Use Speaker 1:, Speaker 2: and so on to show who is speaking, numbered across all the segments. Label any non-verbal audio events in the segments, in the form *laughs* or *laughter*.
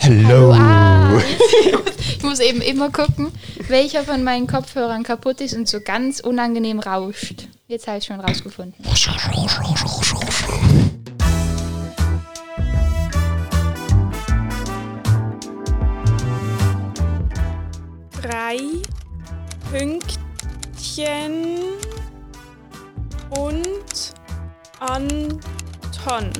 Speaker 1: Hallo. *laughs*
Speaker 2: Ah, ich, muss, ich muss eben immer gucken, welcher von meinen Kopfhörern kaputt ist und so ganz unangenehm rauscht. Jetzt habe ich schon rausgefunden.
Speaker 3: drei Pünktchen und Anton.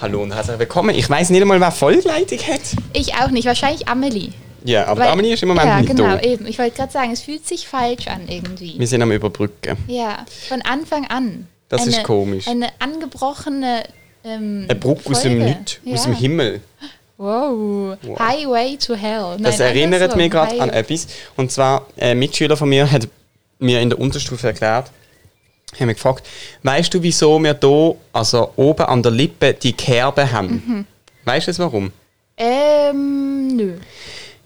Speaker 1: Hallo und herzlich willkommen. Ich weiß nicht einmal, wer Vollleitung hat.
Speaker 2: Ich auch nicht, wahrscheinlich Amelie.
Speaker 1: Ja, aber
Speaker 2: Weil-
Speaker 1: Amelie ist im Moment
Speaker 2: ja,
Speaker 1: nicht
Speaker 2: genau,
Speaker 1: da.
Speaker 2: eben. Ich wollte gerade sagen, es fühlt sich falsch an irgendwie.
Speaker 1: Wir sind am Überbrücken.
Speaker 2: Ja, von Anfang an.
Speaker 1: Das ist komisch.
Speaker 2: Eine angebrochene. Ähm,
Speaker 1: Eine Brücke aus dem
Speaker 2: Folge.
Speaker 1: Nichts, aus
Speaker 2: Ja.
Speaker 1: dem Himmel.
Speaker 2: Wow.
Speaker 1: Wow.
Speaker 2: Highway to Hell.
Speaker 1: Das
Speaker 2: Nein,
Speaker 1: erinnert
Speaker 2: andersrum.
Speaker 1: mich gerade an
Speaker 2: Highway-
Speaker 1: etwas. Und zwar, ein Mitschüler von mir hat mir in der Unterstufe erklärt, haben mich gefragt, weißt du, wieso wir hier, also oben an der Lippe, die Kerbe haben?
Speaker 2: Mhm.
Speaker 1: Weißt du es warum?
Speaker 2: Ähm, nö.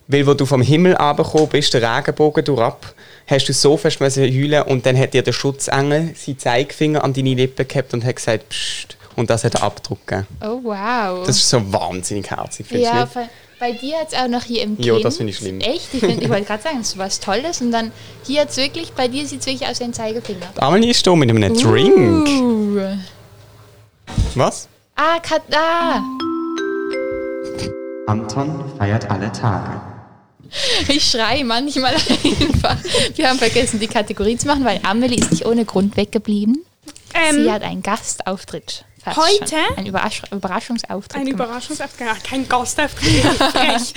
Speaker 1: Weil, wo du vom Himmel runtergekommen bist, der Regenbogen durchab, hast du so fest müssen heulen und dann hat dir der Schutzengel seinen Zeigefinger an deine Lippen gehabt und hat gesagt, Psst. Und das hat er Abdruck gegeben.
Speaker 2: Oh, wow.
Speaker 1: Das ist so wahnsinnig herzig, findest du
Speaker 2: ja,
Speaker 1: nicht?
Speaker 2: bei- bei dir jetzt auch noch hier im Kind.
Speaker 1: Jo, das finde ich schlimm.
Speaker 2: Echt? Ich, find- ich wollte gerade sagen, das ist was Tolles. Und dann hier jetzt wirklich, bei dir sieht es wirklich aus wie ein Zeigefinger.
Speaker 1: Die Amelie ist da mit einem Drink.
Speaker 2: Uh.
Speaker 1: Was?
Speaker 2: Ah, Kat ah.
Speaker 4: Anton feiert alle Tage.
Speaker 2: Ich schreie manchmal einfach. Wir haben vergessen, die Kategorie zu machen, weil Amelie ist nicht ohne Grund weggeblieben. Sie
Speaker 3: Ähm,
Speaker 2: hat einen Gastauftritt. fast
Speaker 3: Heute?
Speaker 2: schon. Ein Überrasch Überraschungsauftritt.
Speaker 3: ein
Speaker 2: gemacht.
Speaker 3: Überraschungsauftritt. Ach, Ah, kein *laughs* Gastauftritt. frech.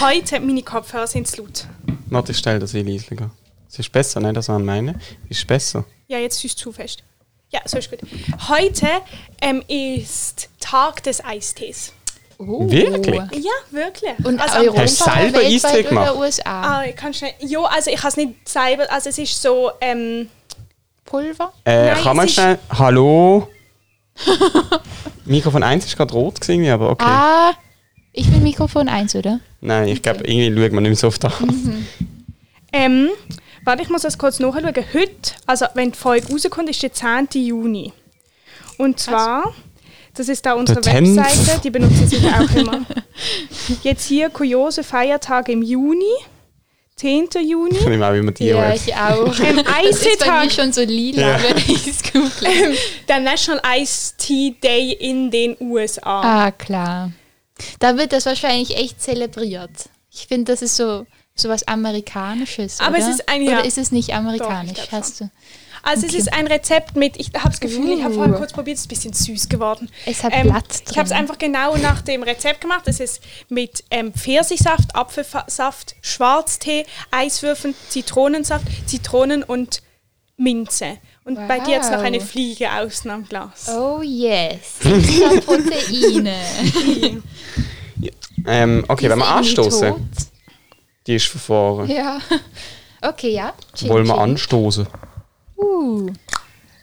Speaker 3: Heute, meine Kopfhörer sind zu laut.
Speaker 1: Warte, ich stelle das ein bisschen leiser. Es ist besser, ne? Das waren meine. Ist besser.
Speaker 3: Ja, jetzt ist zu fest. Ja, so ist gut. Heute ähm, ist Tag des Eistees.
Speaker 2: Oh.
Speaker 1: Wirklich?
Speaker 3: Ja, wirklich.
Speaker 2: Und also
Speaker 3: Also am
Speaker 2: Europa,
Speaker 1: Hast du selber
Speaker 2: weltweit
Speaker 1: Eistee
Speaker 2: oder
Speaker 1: gemacht?
Speaker 2: USA.
Speaker 3: Ah, ich kann schnell. Ja, also ich kann es nicht selber. Also es ist so. Ähm,
Speaker 2: Pulver?
Speaker 1: Äh,
Speaker 3: Nein,
Speaker 1: kann man
Speaker 3: es ist-
Speaker 1: schnell.
Speaker 3: *laughs*
Speaker 1: Hallo? Mikrofon 1 ist gerade rot gewesen, aber okay.
Speaker 2: Ah, ich bin Mikrofon 1, oder?
Speaker 1: Nein, ich glaube, irgendwie schaut man nicht mehr so oft an.
Speaker 3: ähm, warte, ich muss das kurz nachschauen. Heute, also wenn die Folge rauskommt, ist der 10. Juni. Und zwar, das ist da unsere
Speaker 1: Der 10th.
Speaker 3: Webseite, die benutzen sie auch *laughs* immer. Jetzt hier kuriose Feiertage im Juni, 10. Juni.
Speaker 1: Ich nehme auch immer die
Speaker 2: Ja,
Speaker 1: Web.
Speaker 2: ich *laughs* auch.
Speaker 3: Ähm,
Speaker 2: Das ist bei mir
Speaker 3: Eisetag,
Speaker 2: schon so lila,
Speaker 1: Ja.
Speaker 2: wenn ich es
Speaker 3: *laughs*
Speaker 2: google.
Speaker 3: der National Ice Tea Day in den USA.
Speaker 2: Ah, klar. Da wird das wahrscheinlich echt zelebriert. Ich finde, das ist so, so was Amerikanisches.
Speaker 3: Aber
Speaker 2: oder?
Speaker 3: es ist ein- ja.
Speaker 2: Oder ist es nicht amerikanisch?
Speaker 3: Doch, ich glaub
Speaker 2: Hast du?
Speaker 3: Also es ist ein Rezept mit, ich habe das Gefühl, ich habe
Speaker 2: Uh.
Speaker 3: vorhin kurz probiert, es ist ein bisschen süß geworden. Ähm,
Speaker 2: Es hat Blatt
Speaker 3: Ich habe es
Speaker 2: drin.
Speaker 3: einfach genau nach dem Rezept gemacht. Es ist mit ähm, Pfirsichsaft, Apfelsaft, Schwarztee, Eiswürfeln, Zitronensaft, Zitronen und Minze. Und bei dir jetzt noch eine
Speaker 2: Wow.
Speaker 3: Fliege außen am Glas.
Speaker 2: Oh *laughs* yes. Extra Proteine.
Speaker 1: Ähm, okay, wenn wir
Speaker 2: Ist irgendwie
Speaker 1: anstoßen,
Speaker 2: tot.
Speaker 1: die ist verfahren.
Speaker 2: Ja. Okay, ja. Chin,
Speaker 1: Wollen wir
Speaker 2: chin.
Speaker 1: anstoßen?
Speaker 2: Uh,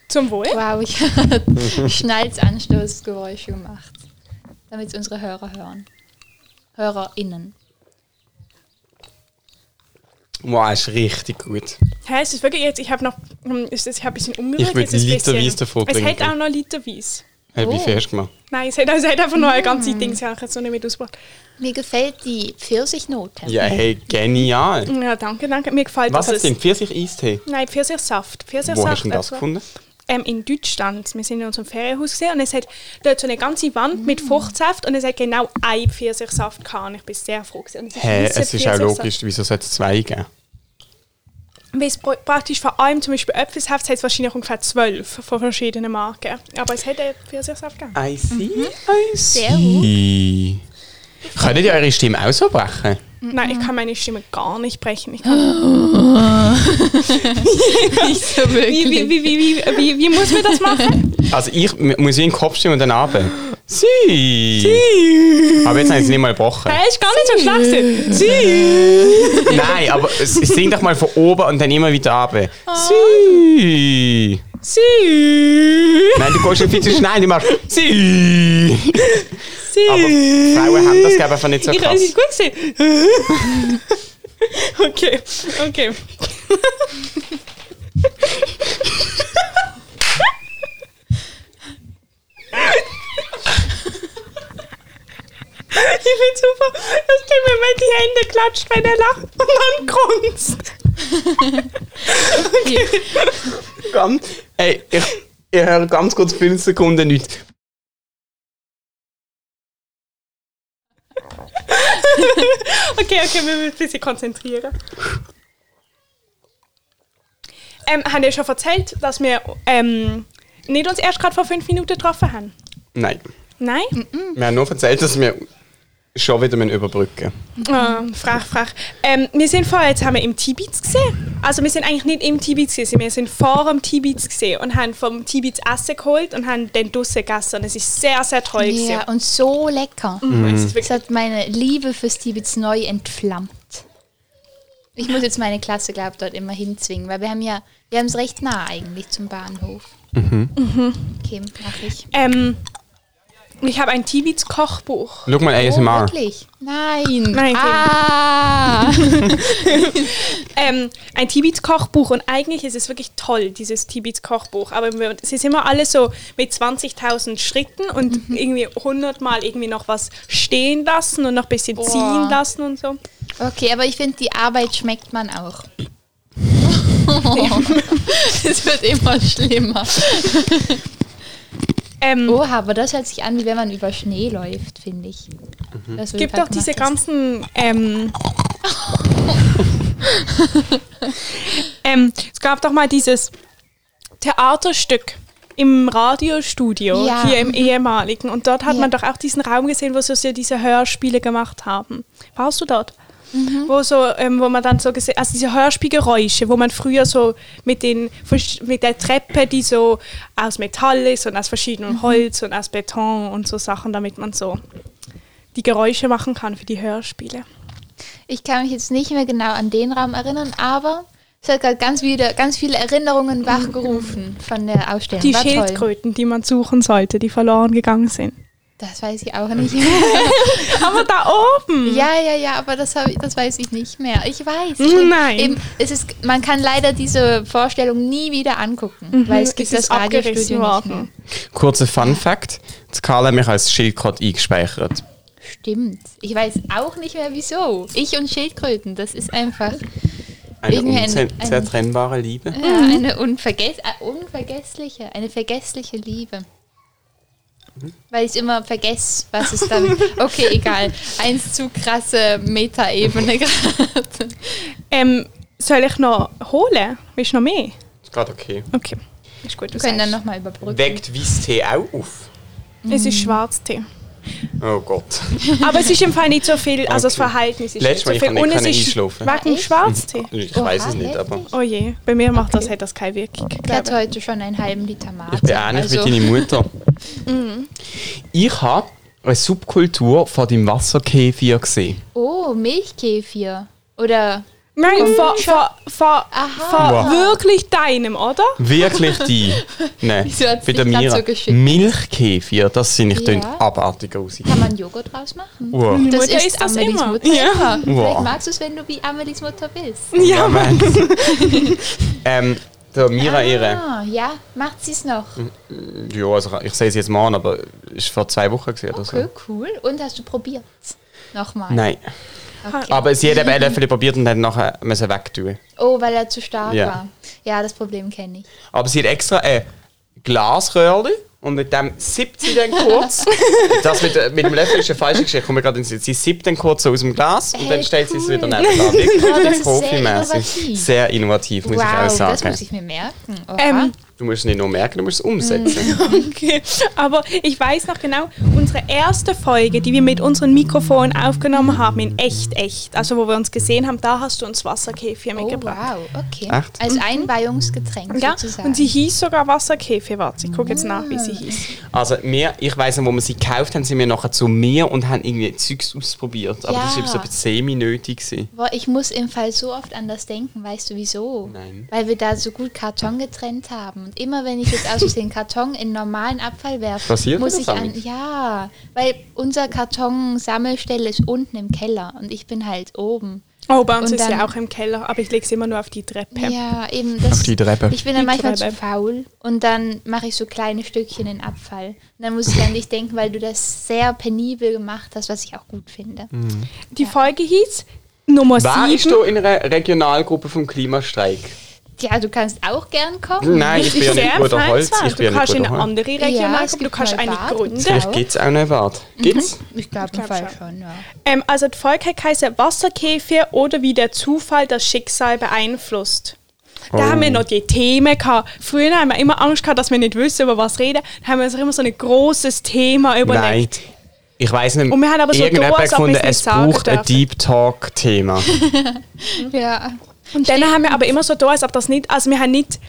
Speaker 3: Zum Wohl.
Speaker 2: wow, ich *laughs* habe Schnalzanstoßgeräusche gemacht. Damit es unsere Hörer hören. HörerInnen.
Speaker 1: Wow, ist richtig gut.
Speaker 3: Hä, es ist wirklich jetzt, ich habe noch, hm, es ist, ich habe ein bisschen umgerührt.
Speaker 1: Ich würd
Speaker 3: es ist ein
Speaker 1: literweise
Speaker 3: bisschen-
Speaker 1: davon
Speaker 3: Es hat
Speaker 1: trinken.
Speaker 3: auch noch literweise.
Speaker 1: Hey, wie
Speaker 2: Oh.
Speaker 1: viel hast du gemacht?
Speaker 3: Nein, es hat, es hat einfach noch eine
Speaker 2: Mm.
Speaker 3: ganze Ding, ich habe jetzt noch nicht mit ausgebracht.
Speaker 2: Mir gefällt die Pfirsichnote.
Speaker 1: Ja, hey, genial.
Speaker 3: Ja, danke, danke. Mir gefällt
Speaker 1: Was
Speaker 3: das.
Speaker 1: hast du denn? Pfirsich-Eistee?
Speaker 3: Nein, Pfirsichsaft. Pfirsichsaft.
Speaker 1: Wo hast du denn das
Speaker 3: etwa.
Speaker 1: gefunden?
Speaker 3: Ähm, in Deutschland. Wir sind in unserem Ferienhaus gesehen und es hat dort so eine ganze Wand mit
Speaker 1: Mm.
Speaker 3: Fruchtsaft und es hat genau ein Pfirsichsaft gehabt. Und ich bin sehr froh. gewesen. Und es ist, unser
Speaker 1: Hey, es ist auch
Speaker 3: Pfirsichsaft.
Speaker 1: logisch, wieso sollte es zwei geben?
Speaker 3: Weil es pra- praktisch vor allem zum Beispiel Äpfelsaft hat es wahrscheinlich ungefähr zwölf von verschiedenen Marken. Aber es hat einen Pfirsichsaft gegeben.
Speaker 1: I see, I
Speaker 2: Sehr
Speaker 1: see. Könnt ihr eure Stimme auch so brechen?
Speaker 3: Nein, ich kann meine Stimme gar nicht brechen.
Speaker 2: *laughs*
Speaker 3: Ich kann,
Speaker 2: Nicht so wirklich.
Speaker 3: *laughs* wie, wie, wie, wie, wie, wie, wie muss man das machen?
Speaker 1: Also ich m- muss in den Kopf stimmen und dann *gasps* runter. Sie. Aber jetzt haben sie es nicht mal gebrochen.
Speaker 3: Hey, ist gar nicht so schlecht.
Speaker 2: *laughs*
Speaker 3: gewesen.
Speaker 1: Nein, aber s- sing doch mal von oben und dann immer wieder runter. Sie.
Speaker 3: Sie,
Speaker 1: Nein, du gehst ja viel zu schnell, du machst Sie.
Speaker 3: sie,
Speaker 1: Aber
Speaker 3: sie.
Speaker 1: Frauen haben das glaube ich einfach nicht so
Speaker 3: Ich habe
Speaker 1: krass.
Speaker 3: es gut gesehen. *laughs* Okay, okay. Ich finde super, dass der mir mal die Hände klatscht, wenn er lacht und dann grunzt.
Speaker 1: Ganz, ey, ich, ich höre ganz kurz 5 Sekunden nichts.
Speaker 3: Okay, okay, wir müssen ein bisschen konzentrieren. Ähm, haben ihr schon erzählt, dass wir ähm, nicht uns erst gerade vor fünf Minuten getroffen haben?
Speaker 1: Nein.
Speaker 3: Nein?
Speaker 1: Wir haben nur erzählt, dass wir schon wieder müssen überbrücken
Speaker 3: Oh, frach, frach. Ähm, wir sind vorher, jetzt haben wir im Tibitz gesehen. Also wir sind eigentlich nicht im Tibitz gesehen, wir sind vor dem Tibitz gesehen und haben vom Tibitz Essen geholt und haben den Dusse gegessen. Und es ist sehr, sehr toll gewesen.
Speaker 2: Ja, und so lecker.
Speaker 3: Mhm. Es ist
Speaker 2: Es
Speaker 3: wirklich
Speaker 2: hat meine Liebe fürs Tibets neu entflammt. Ich muss jetzt meine Klasse, glaube ich, dort immer hinzwingen, weil wir haben ja, wir haben es recht nah eigentlich zum Bahnhof.
Speaker 1: Mhm.
Speaker 2: Okay, mache ich.
Speaker 3: ähm, ich habe ein Tibitz Kochbuch.
Speaker 1: Schau mal ASMR.
Speaker 2: Oh, wirklich? Nein.
Speaker 3: Nein,
Speaker 2: ah.
Speaker 3: Ähm, ein Tibitz-Kochbuch und eigentlich ist es wirklich toll, dieses Tibitz-Kochbuch. Aber wir- es ist immer alles so mit 20.000 Schritten und irgendwie 100 Mal irgendwie noch was stehen lassen und noch ein bisschen ziehen lassen und so.
Speaker 2: Okay, aber ich finde, die Arbeit schmeckt man auch. *laughs* Es wird immer schlimmer.
Speaker 3: Ähm,
Speaker 2: Oha, aber das hört sich an, wie wenn man über Schnee läuft, finde ich. halt Es
Speaker 3: Es gibt auch diese ganzen. Ähm, *laughs* ähm, es gab doch mal dieses Theaterstück im Radiostudio
Speaker 2: Ja.
Speaker 3: hier im ehemaligen und dort hat
Speaker 2: Mhm. Ja.
Speaker 3: man doch auch diesen Raum gesehen, wo so sie diese Hörspiele gemacht haben. Warst du dort?
Speaker 2: Mhm.
Speaker 3: Wo, so, ähm, wo man dann so gesehen, also diese Hörspielgeräusche, wo man früher so mit, den, versch- mit der Treppe, die so aus Metall ist und aus
Speaker 2: Mhm.
Speaker 3: verschiedenem Holz und aus Beton und so Sachen, damit man so die Geräusche machen kann für die Hörspiele.
Speaker 2: Ah, Ich kann mich jetzt nicht mehr genau an den Raum erinnern, aber es hat gerade ganz, wieder, ganz viele Erinnerungen wachgerufen von der Ausstellung.
Speaker 3: Die
Speaker 2: War toll.
Speaker 3: Schildkröten, die man suchen sollte, die verloren gegangen sind.
Speaker 2: Das weiß ich auch nicht. *laughs*
Speaker 3: Aber da oben!
Speaker 2: ja, ja, ja, aber das, hab ich, das weiß ich nicht mehr. Ich weiß.
Speaker 3: Mm, nein.
Speaker 2: Eben, es ist, man kann leider diese Vorstellung nie wieder angucken, weil
Speaker 3: *laughs*
Speaker 2: es
Speaker 3: Mhm, es
Speaker 2: gibt
Speaker 3: ist
Speaker 2: das Radiostudio
Speaker 3: abgerissen
Speaker 2: nicht mehr.
Speaker 3: worden.
Speaker 1: Kurzer Fun Fact: Das Karl hat mich als Schildkröte eingespeichert.
Speaker 2: Stimmt. Ich weiß auch nicht mehr wieso. Ich und Schildkröten, das ist einfach
Speaker 1: Eine
Speaker 2: Irgendwie ein-
Speaker 1: unzer-
Speaker 2: ein-
Speaker 1: zertrennbare Liebe.
Speaker 2: ja,
Speaker 3: Mhm.
Speaker 2: eine unvergess äh, unvergessliche, eine vergessliche Liebe.
Speaker 1: Mhm.
Speaker 2: Weil ich immer vergesse, was es
Speaker 1: *laughs*
Speaker 2: dann. Okay, egal. Eins zu krasse
Speaker 1: *laughs*
Speaker 2: Metaebene gerade.
Speaker 3: Ähm, soll ich noch holen? Willst du noch mehr?
Speaker 1: Ist gerade okay.
Speaker 3: Okay. Ist gut, du
Speaker 2: Wir können dann
Speaker 3: sagst.
Speaker 2: nochmal überbrücken.
Speaker 1: Weckt Wistee auch auf?
Speaker 3: Es
Speaker 2: Mhm.
Speaker 3: ist Schwarztee.
Speaker 1: Oh Gott.
Speaker 3: Aber es ist im Fall nicht so viel, also das
Speaker 1: Okay.
Speaker 3: Verhältnis ist
Speaker 1: Letztes Mal,
Speaker 3: nicht
Speaker 1: ich
Speaker 3: so
Speaker 1: kann
Speaker 3: viel.
Speaker 1: nicht-
Speaker 3: es
Speaker 1: kann
Speaker 3: ist
Speaker 1: einschlafen. Mhm.
Speaker 3: wegen
Speaker 2: echt?
Speaker 3: Schwarztee.
Speaker 1: Ich
Speaker 2: Oha,
Speaker 1: weiß es nicht, aber.
Speaker 2: heftig.
Speaker 3: Oh je, bei mir macht das,
Speaker 2: Okay.
Speaker 3: hat das keine Wirkung.
Speaker 2: Ich hatte heute schon einen halben Liter Mate.
Speaker 1: Ich bin ähnlich
Speaker 2: Also-
Speaker 1: wie deine Mutter.
Speaker 2: Mhm.
Speaker 1: ich habe eine Subkultur von dem Wasserkäfir gesehen.
Speaker 2: Oh, Milchkäfir. Oder.
Speaker 3: Nein, vor, vor, vor,
Speaker 2: Aha.
Speaker 3: vor
Speaker 1: Wow.
Speaker 3: wirklich deinem, oder?
Speaker 1: Wirklich die.
Speaker 2: *laughs*
Speaker 1: Nein,
Speaker 2: Wieso hat's
Speaker 1: bei der
Speaker 2: dich grad
Speaker 1: Mira.
Speaker 2: so geschickt?
Speaker 1: Milchkäfir, das sind ich
Speaker 2: Ja.
Speaker 1: ja. abartig aus.
Speaker 2: Kann man Joghurt draus machen?
Speaker 1: Wow.
Speaker 2: Das
Speaker 3: Mutter
Speaker 2: ist,
Speaker 3: isst das
Speaker 2: Amelies
Speaker 3: immer.
Speaker 2: Mutter.
Speaker 3: Ja.
Speaker 1: *laughs*
Speaker 2: immer. Vielleicht
Speaker 1: Wow.
Speaker 2: magst du es, wenn du wie Amelies Mutter bist. *laughs*
Speaker 1: Ja, Mann. ähm, der Mira ihre.
Speaker 2: Ah, ja, macht sie es noch.
Speaker 1: Ja, also ich sehe es jetzt mal an, aber ist vor zwei Wochen gesehen oder
Speaker 2: Okay,
Speaker 1: so.
Speaker 2: cool. Und hast du probiert? Nochmal.
Speaker 1: Nein. Aber sie hat eben einen Löffel probiert und dann nachher müssen wegtun.
Speaker 2: Oh, weil er zu stark
Speaker 1: Ja.
Speaker 2: war. Ja, das Problem kenne ich.
Speaker 1: Aber sie hat extra ein Glasröhrchen und mit dem siebt sie dann kurz. das mit, der- mit dem Löffel ist eine falsche Geschichte, kommt mir gerade in den Sinn. Sie siebt dann kurz so aus dem Glas und
Speaker 2: Hey,
Speaker 1: dann stellt sie es
Speaker 2: cool.
Speaker 1: wieder neben da. Wirklich
Speaker 2: Ja, das ist sehr
Speaker 1: profimässig.
Speaker 2: innovativ.
Speaker 1: Sehr innovativ, muss ich auch
Speaker 2: wow, das
Speaker 1: sagen.
Speaker 2: muss ich mir merken. Oha.
Speaker 3: Ähm,
Speaker 1: Du musst es nicht nur merken, du musst es umsetzen.
Speaker 3: Okay, aber ich weiß noch genau, unsere erste Folge, die wir mit unseren Mikrofonen aufgenommen haben, in echt, echt, also wo wir uns gesehen haben, da hast du uns Wasserkäfer
Speaker 2: oh,
Speaker 3: mitgebracht. Mhm.
Speaker 2: wow, okay.
Speaker 1: Echt?
Speaker 2: Als Einweihungsgetränk
Speaker 3: Ja,
Speaker 2: sozusagen. Ah.
Speaker 3: und sie hieß sogar Wasserkäfer, warte, ich gucke jetzt nach, wie sie hieß.
Speaker 2: Mm.
Speaker 1: Also wir, ich weiss noch, wo wir sie gekauft haben, sind wir nachher zu mir und haben irgendwie Zeugs ausprobiert. Aber das
Speaker 2: Ja.
Speaker 1: war so ein bisschen semi-nötig. gewesen.
Speaker 2: Boah, ich muss im Fall so oft an das denken, weißt du wieso?
Speaker 1: Nein.
Speaker 2: Weil wir da so gut Karton getrennt haben. Und immer wenn ich jetzt aus Versehen Karton in normalen Abfall werfe,
Speaker 1: Passiert
Speaker 2: muss
Speaker 1: das
Speaker 2: ich
Speaker 1: auch
Speaker 2: an.
Speaker 1: nicht?
Speaker 2: Ja, weil unser Kartonsammelstelle ist unten im Keller und ich bin halt oben.
Speaker 3: Oh, bei uns
Speaker 2: Und
Speaker 3: ist sie
Speaker 2: dann-
Speaker 3: auch im Keller, aber ich lege sie immer nur auf die Treppe.
Speaker 2: Ja, eben. Das,
Speaker 1: Auf die Treppe.
Speaker 2: Ich bin dann
Speaker 3: Die
Speaker 2: manchmal zu
Speaker 3: Treppe.
Speaker 2: faul und dann mache ich so kleine Stückchen in Abfall. Und dann muss ich an dich denken, weil du das sehr penibel gemacht hast, was ich auch gut finde.
Speaker 1: Mhm.
Speaker 3: Die Folge hieß Nummer
Speaker 1: Wer ist
Speaker 3: 7.
Speaker 1: da in einer Regionalgruppe vom Klimastreik?
Speaker 2: Ja, du kannst auch gern kommen.
Speaker 1: Nein, ich bin ja nicht guter Holz. Ich
Speaker 3: Du
Speaker 1: bin ja
Speaker 3: kannst
Speaker 1: nicht
Speaker 3: in
Speaker 1: guter
Speaker 3: eine
Speaker 1: Holz.
Speaker 3: andere
Speaker 2: Ja,
Speaker 3: Regionalgruppe,
Speaker 2: es
Speaker 3: du
Speaker 2: gibt
Speaker 3: kannst
Speaker 2: mal
Speaker 3: eine
Speaker 2: Bad.
Speaker 3: gründen.
Speaker 1: Vielleicht gibt es auch einen Bart.
Speaker 2: Mhm.
Speaker 1: Gibt's?
Speaker 2: Ich glaube im
Speaker 3: glaub
Speaker 2: Fall
Speaker 3: schon.
Speaker 2: schon, ja.
Speaker 3: Ähm, also die Folge heißt Wasserkäfer oder wie der Zufall das Schicksal beeinflusst. Da
Speaker 1: Oh.
Speaker 3: haben wir noch die Themen gehabt. Früher haben wir immer Angst gehabt, dass wir nicht wissen, über was reden. Da haben wir uns immer so ein großes Thema überlegt.
Speaker 1: Nein. Ich weiß nicht.
Speaker 3: Und wir haben aber so
Speaker 1: irgendjemand
Speaker 3: da, als ob
Speaker 1: gefunden,
Speaker 3: wir es
Speaker 1: es
Speaker 3: nicht sagen
Speaker 1: braucht ein
Speaker 3: dürfen.
Speaker 1: Deep Talk-Thema.
Speaker 2: Ja.
Speaker 3: Und dann haben wir aber immer so da, als ob das nicht, also wir haben nicht,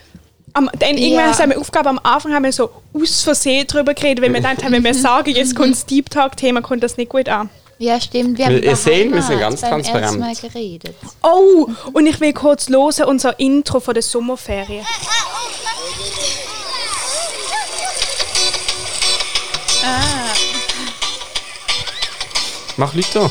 Speaker 3: am, dann irgendwann
Speaker 2: Ja.
Speaker 3: haben wir Aufgabe am Anfang haben wir so aus Versehen drüber geredet, wenn wir dann haben, wenn wir sagen, jetzt kommt das Deep Talk Thema, kommt das nicht gut an.
Speaker 2: ja, stimmt. Wir haben
Speaker 1: Weil ihr
Speaker 2: über
Speaker 1: seht, wir sind
Speaker 2: Heimat
Speaker 1: ganz
Speaker 2: beim
Speaker 1: transparent.
Speaker 2: ersten Mal geredet.
Speaker 3: Oh, und ich will kurz hören, unser Intro von der Sommerferien.
Speaker 1: Mach Leute.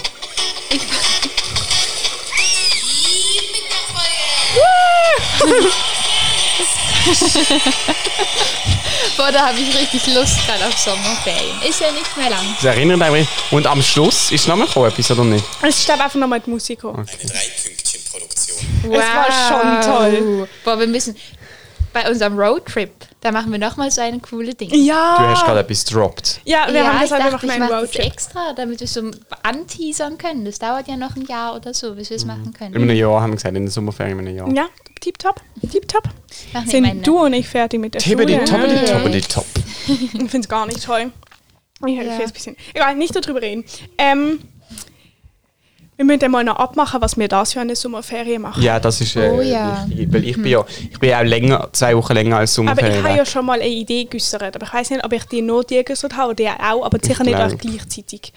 Speaker 2: Boah, da habe ich richtig Lust gerade auf Sommerferien. Ist ja nicht mehr lang.
Speaker 1: Das erinnert mich. Und am Schluss ist nochmal gekommen, etwas oder nicht?
Speaker 3: Es ist einfach nochmal die Musik. an.
Speaker 5: Eine Drei-Pünktchen-Produktion.
Speaker 3: Es war schon toll.
Speaker 2: Boah, wir müssen bei unserem Roadtrip, da machen wir nochmal so eine coole Ding.
Speaker 1: Du hast
Speaker 3: Ja.
Speaker 1: gerade etwas gedroppt.
Speaker 3: Ja, wir
Speaker 2: ja,
Speaker 3: haben das
Speaker 2: ich
Speaker 3: einfach
Speaker 2: dachte, ich
Speaker 3: mal
Speaker 2: mache das
Speaker 3: Roadtrip.
Speaker 2: extra, damit wir es so anteasern können. Das dauert ja noch ein Jahr oder so, bis wir
Speaker 1: Mhm.
Speaker 2: es machen können.
Speaker 1: In einem Jahr haben wir gesagt, in der Sommerferien in einem Jahr.
Speaker 3: Ja, tipptopp, tipptopp.
Speaker 2: Machen wir meine-
Speaker 3: Sind du und ich fertig mit der
Speaker 1: Tippidi,
Speaker 3: Schule?
Speaker 1: toppidi, toppidi, top.
Speaker 3: Ich finde es gar nicht toll. Ich ja.
Speaker 2: Ja.
Speaker 3: ein bisschen. Egal, nicht darüber reden. Ähm, wir müssen dann mal noch abmachen, was wir das für eine Sommerferie machen.
Speaker 1: Ja, das ist äh,
Speaker 2: Oh ja.
Speaker 1: wichtig, weil ich bin ja ich bin auch länger, zwei Wochen länger als
Speaker 3: Aber
Speaker 1: Sommerferien.
Speaker 3: ich habe ja
Speaker 1: weg.
Speaker 3: schon mal eine Idee geäußert. Aber ich weiß nicht, ob ich die nur die geäußert habe oder die auch, aber sicher nicht
Speaker 1: glaub.
Speaker 3: auch gleichzeitig.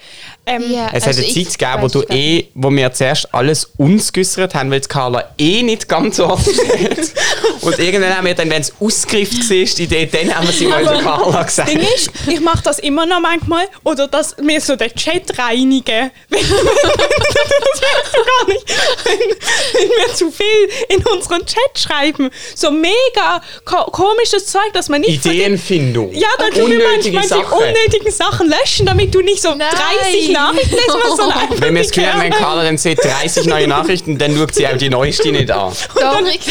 Speaker 3: Ähm,
Speaker 2: Ja,
Speaker 1: es
Speaker 2: also
Speaker 1: hat eine
Speaker 2: ich
Speaker 1: Zeit gegeben, wo,
Speaker 2: weiß
Speaker 1: du
Speaker 2: gar nicht.
Speaker 1: eh, wo wir zuerst alles uns geäussert haben, weil es Carla eh nicht ganz so offen hat.
Speaker 3: *laughs*
Speaker 1: Und irgendwann haben wir dann, wenn es ausgriff war, die Idee, dann haben wir sie mal
Speaker 3: Aber
Speaker 1: zu Carla gesagt.
Speaker 3: Ding ist, ich mache das immer noch manchmal oder dass wir so den Chat reinigen. *laughs* Weil- das weißt du gar nicht. Wenn, wenn wir zu viel in unseren Chat schreiben. So mega ko komisches Zeug, dass man nicht von dem-
Speaker 1: Ideenfindung.
Speaker 3: Ja, dann tun wir manchmal die unnötigen Sachen löschen, damit du nicht so
Speaker 2: Nein.
Speaker 3: 30 Nachrichten
Speaker 2: *laughs*
Speaker 3: hast, sondern einfach
Speaker 1: Wenn wir
Speaker 3: die
Speaker 1: das Gefühl haben, wenn
Speaker 3: Kerne-
Speaker 1: Carla dann sieht 30 neue Nachrichten, dann schaut sie auch die neueste nicht an.
Speaker 2: Doch, ich,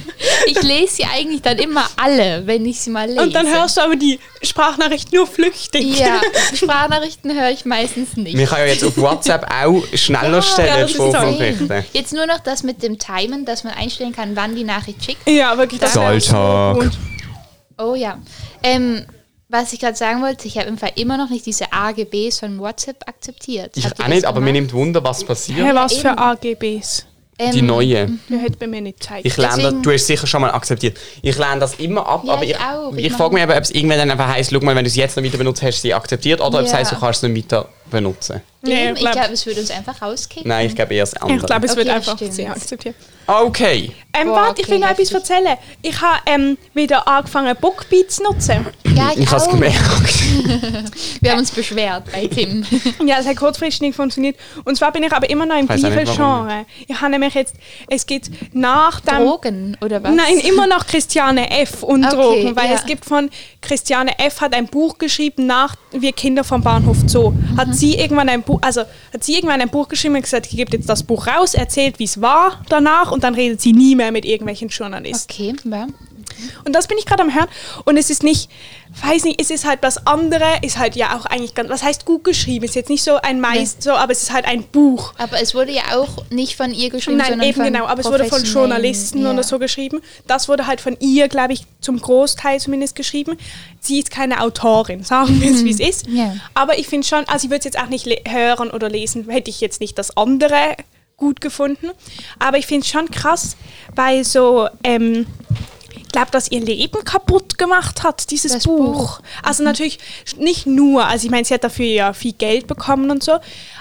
Speaker 2: *laughs* ich lese sie eigentlich dann immer alle, wenn ich sie mal lese.
Speaker 3: Und dann hörst du aber die Sprachnachricht nur flüchtig.
Speaker 2: Ja, Sprachnachrichten höre ich meistens nicht.
Speaker 1: Wir können ja jetzt auf WhatsApp auch schneller
Speaker 3: ja,
Speaker 1: stellen
Speaker 3: das
Speaker 1: als
Speaker 3: ist so.
Speaker 1: Sprachnachrichten.
Speaker 2: Jetzt nur noch das mit dem Timen, dass man einstellen kann, wann die Nachricht schickt.
Speaker 3: *laughs* Ja, wirklich. das wär so
Speaker 1: Alltag.
Speaker 3: gut.
Speaker 2: Oh ja. Ähm, was ich gerade sagen wollte, ich habe im Fall immer noch nicht diese AGBs von WhatsApp akzeptiert.
Speaker 1: Ich
Speaker 2: Habt ihr
Speaker 1: auch
Speaker 2: das
Speaker 1: nicht, aber mir
Speaker 2: gemacht?
Speaker 1: nimmt Wunder, was
Speaker 3: Hey,
Speaker 1: passiert.
Speaker 3: was für
Speaker 2: eben.
Speaker 3: AGBs?
Speaker 2: ähm,
Speaker 1: Die neue.
Speaker 3: Du hättest bei mir nicht Zeit.
Speaker 1: Ich lerne, das-
Speaker 2: Deswegen-
Speaker 1: du hast sicher schon mal akzeptiert. Ich lerne das immer ab,
Speaker 2: Ja,
Speaker 1: aber ich,
Speaker 2: ich auch.
Speaker 1: ich,
Speaker 2: Ich
Speaker 1: frage
Speaker 2: mach-
Speaker 1: mich eben, ob es irgendwann dann einfach heisst, schau mal, wenn du es jetzt noch weiter benutzt, hast du sie akzeptiert oder ob es
Speaker 2: Ja.
Speaker 1: heisst, du kannst es nicht weiter benutzen.
Speaker 3: Nee,
Speaker 2: Eben,
Speaker 3: ich
Speaker 2: ich
Speaker 3: glaub-
Speaker 2: glaube, es würde uns einfach rauskicken.
Speaker 1: Nein, ich glaube eher das andere.
Speaker 3: Ich glaube, es
Speaker 2: Okay,
Speaker 3: wird
Speaker 2: das
Speaker 3: einfach
Speaker 2: stimmt.
Speaker 3: sehr akzeptiert.
Speaker 1: okay.
Speaker 3: Ähm,
Speaker 2: Boah,
Speaker 3: warte, ich will
Speaker 2: okay,
Speaker 3: noch etwas
Speaker 2: heftig.
Speaker 3: erzählen. Ich habe ähm, wieder angefangen, Bookbeat zu nutzen. *clears throat*
Speaker 2: ja,
Speaker 1: Ich habe es
Speaker 2: auch.
Speaker 1: gemerkt.
Speaker 2: Wir haben uns beschwert bei
Speaker 3: *laughs*
Speaker 2: Tim.
Speaker 3: Ja, es hat kurzfristig nicht funktioniert. Und zwar bin ich aber immer noch im
Speaker 1: Weiß auch
Speaker 3: gleichen
Speaker 1: nicht, warum.
Speaker 3: Genre. Ich habe nämlich jetzt, es gibt nach dem...
Speaker 2: Drogen oder was?
Speaker 3: Nein, immer noch Christiane F. und
Speaker 2: Okay,
Speaker 3: Drogen, weil
Speaker 2: ja.
Speaker 3: es gibt von Christiane F. hat ein Buch geschrieben nach Wir Kinder vom Bahnhof Zoo.
Speaker 2: Mhm.
Speaker 3: Hat sie irgendwann ein Buch, also hat sie irgendwann ein Buch geschrieben und gesagt, ihr gebt jetzt das Buch raus, erzählt, wie es war danach und dann redet sie nie mehr mit irgendwelchen Journalisten.
Speaker 2: Okay, ja.
Speaker 3: Und das bin ich gerade am Hören. Und es ist nicht, weiß nicht, es ist halt was andere, ist halt ja auch eigentlich ganz, was heißt gut geschrieben? Ist jetzt nicht so ein meist, so, aber es ist halt ein Buch.
Speaker 2: Aber es wurde ja auch nicht von ihr geschrieben,
Speaker 3: Nein,
Speaker 2: sondern
Speaker 3: eben
Speaker 2: von
Speaker 3: genau, aber es wurde von
Speaker 2: professionellen-
Speaker 3: Journalisten
Speaker 2: ja.
Speaker 3: oder so geschrieben. Das wurde halt von ihr, glaube ich, zum Großteil zumindest geschrieben. Sie ist keine Autorin, sagen wir es, wie es ist.
Speaker 2: Mhm. Ja.
Speaker 3: Aber ich finde schon, also ich würde es jetzt auch nicht le- hören oder lesen, hätte ich jetzt nicht das andere gut gefunden. Aber ich finde es schon krass, weil so, ähm, ich glaube, dass ihr Leben kaputt gemacht hat, dieses
Speaker 2: Das
Speaker 3: Buch. Also natürlich nicht nur, also ich meine, sie hat dafür ja viel Geld bekommen und so,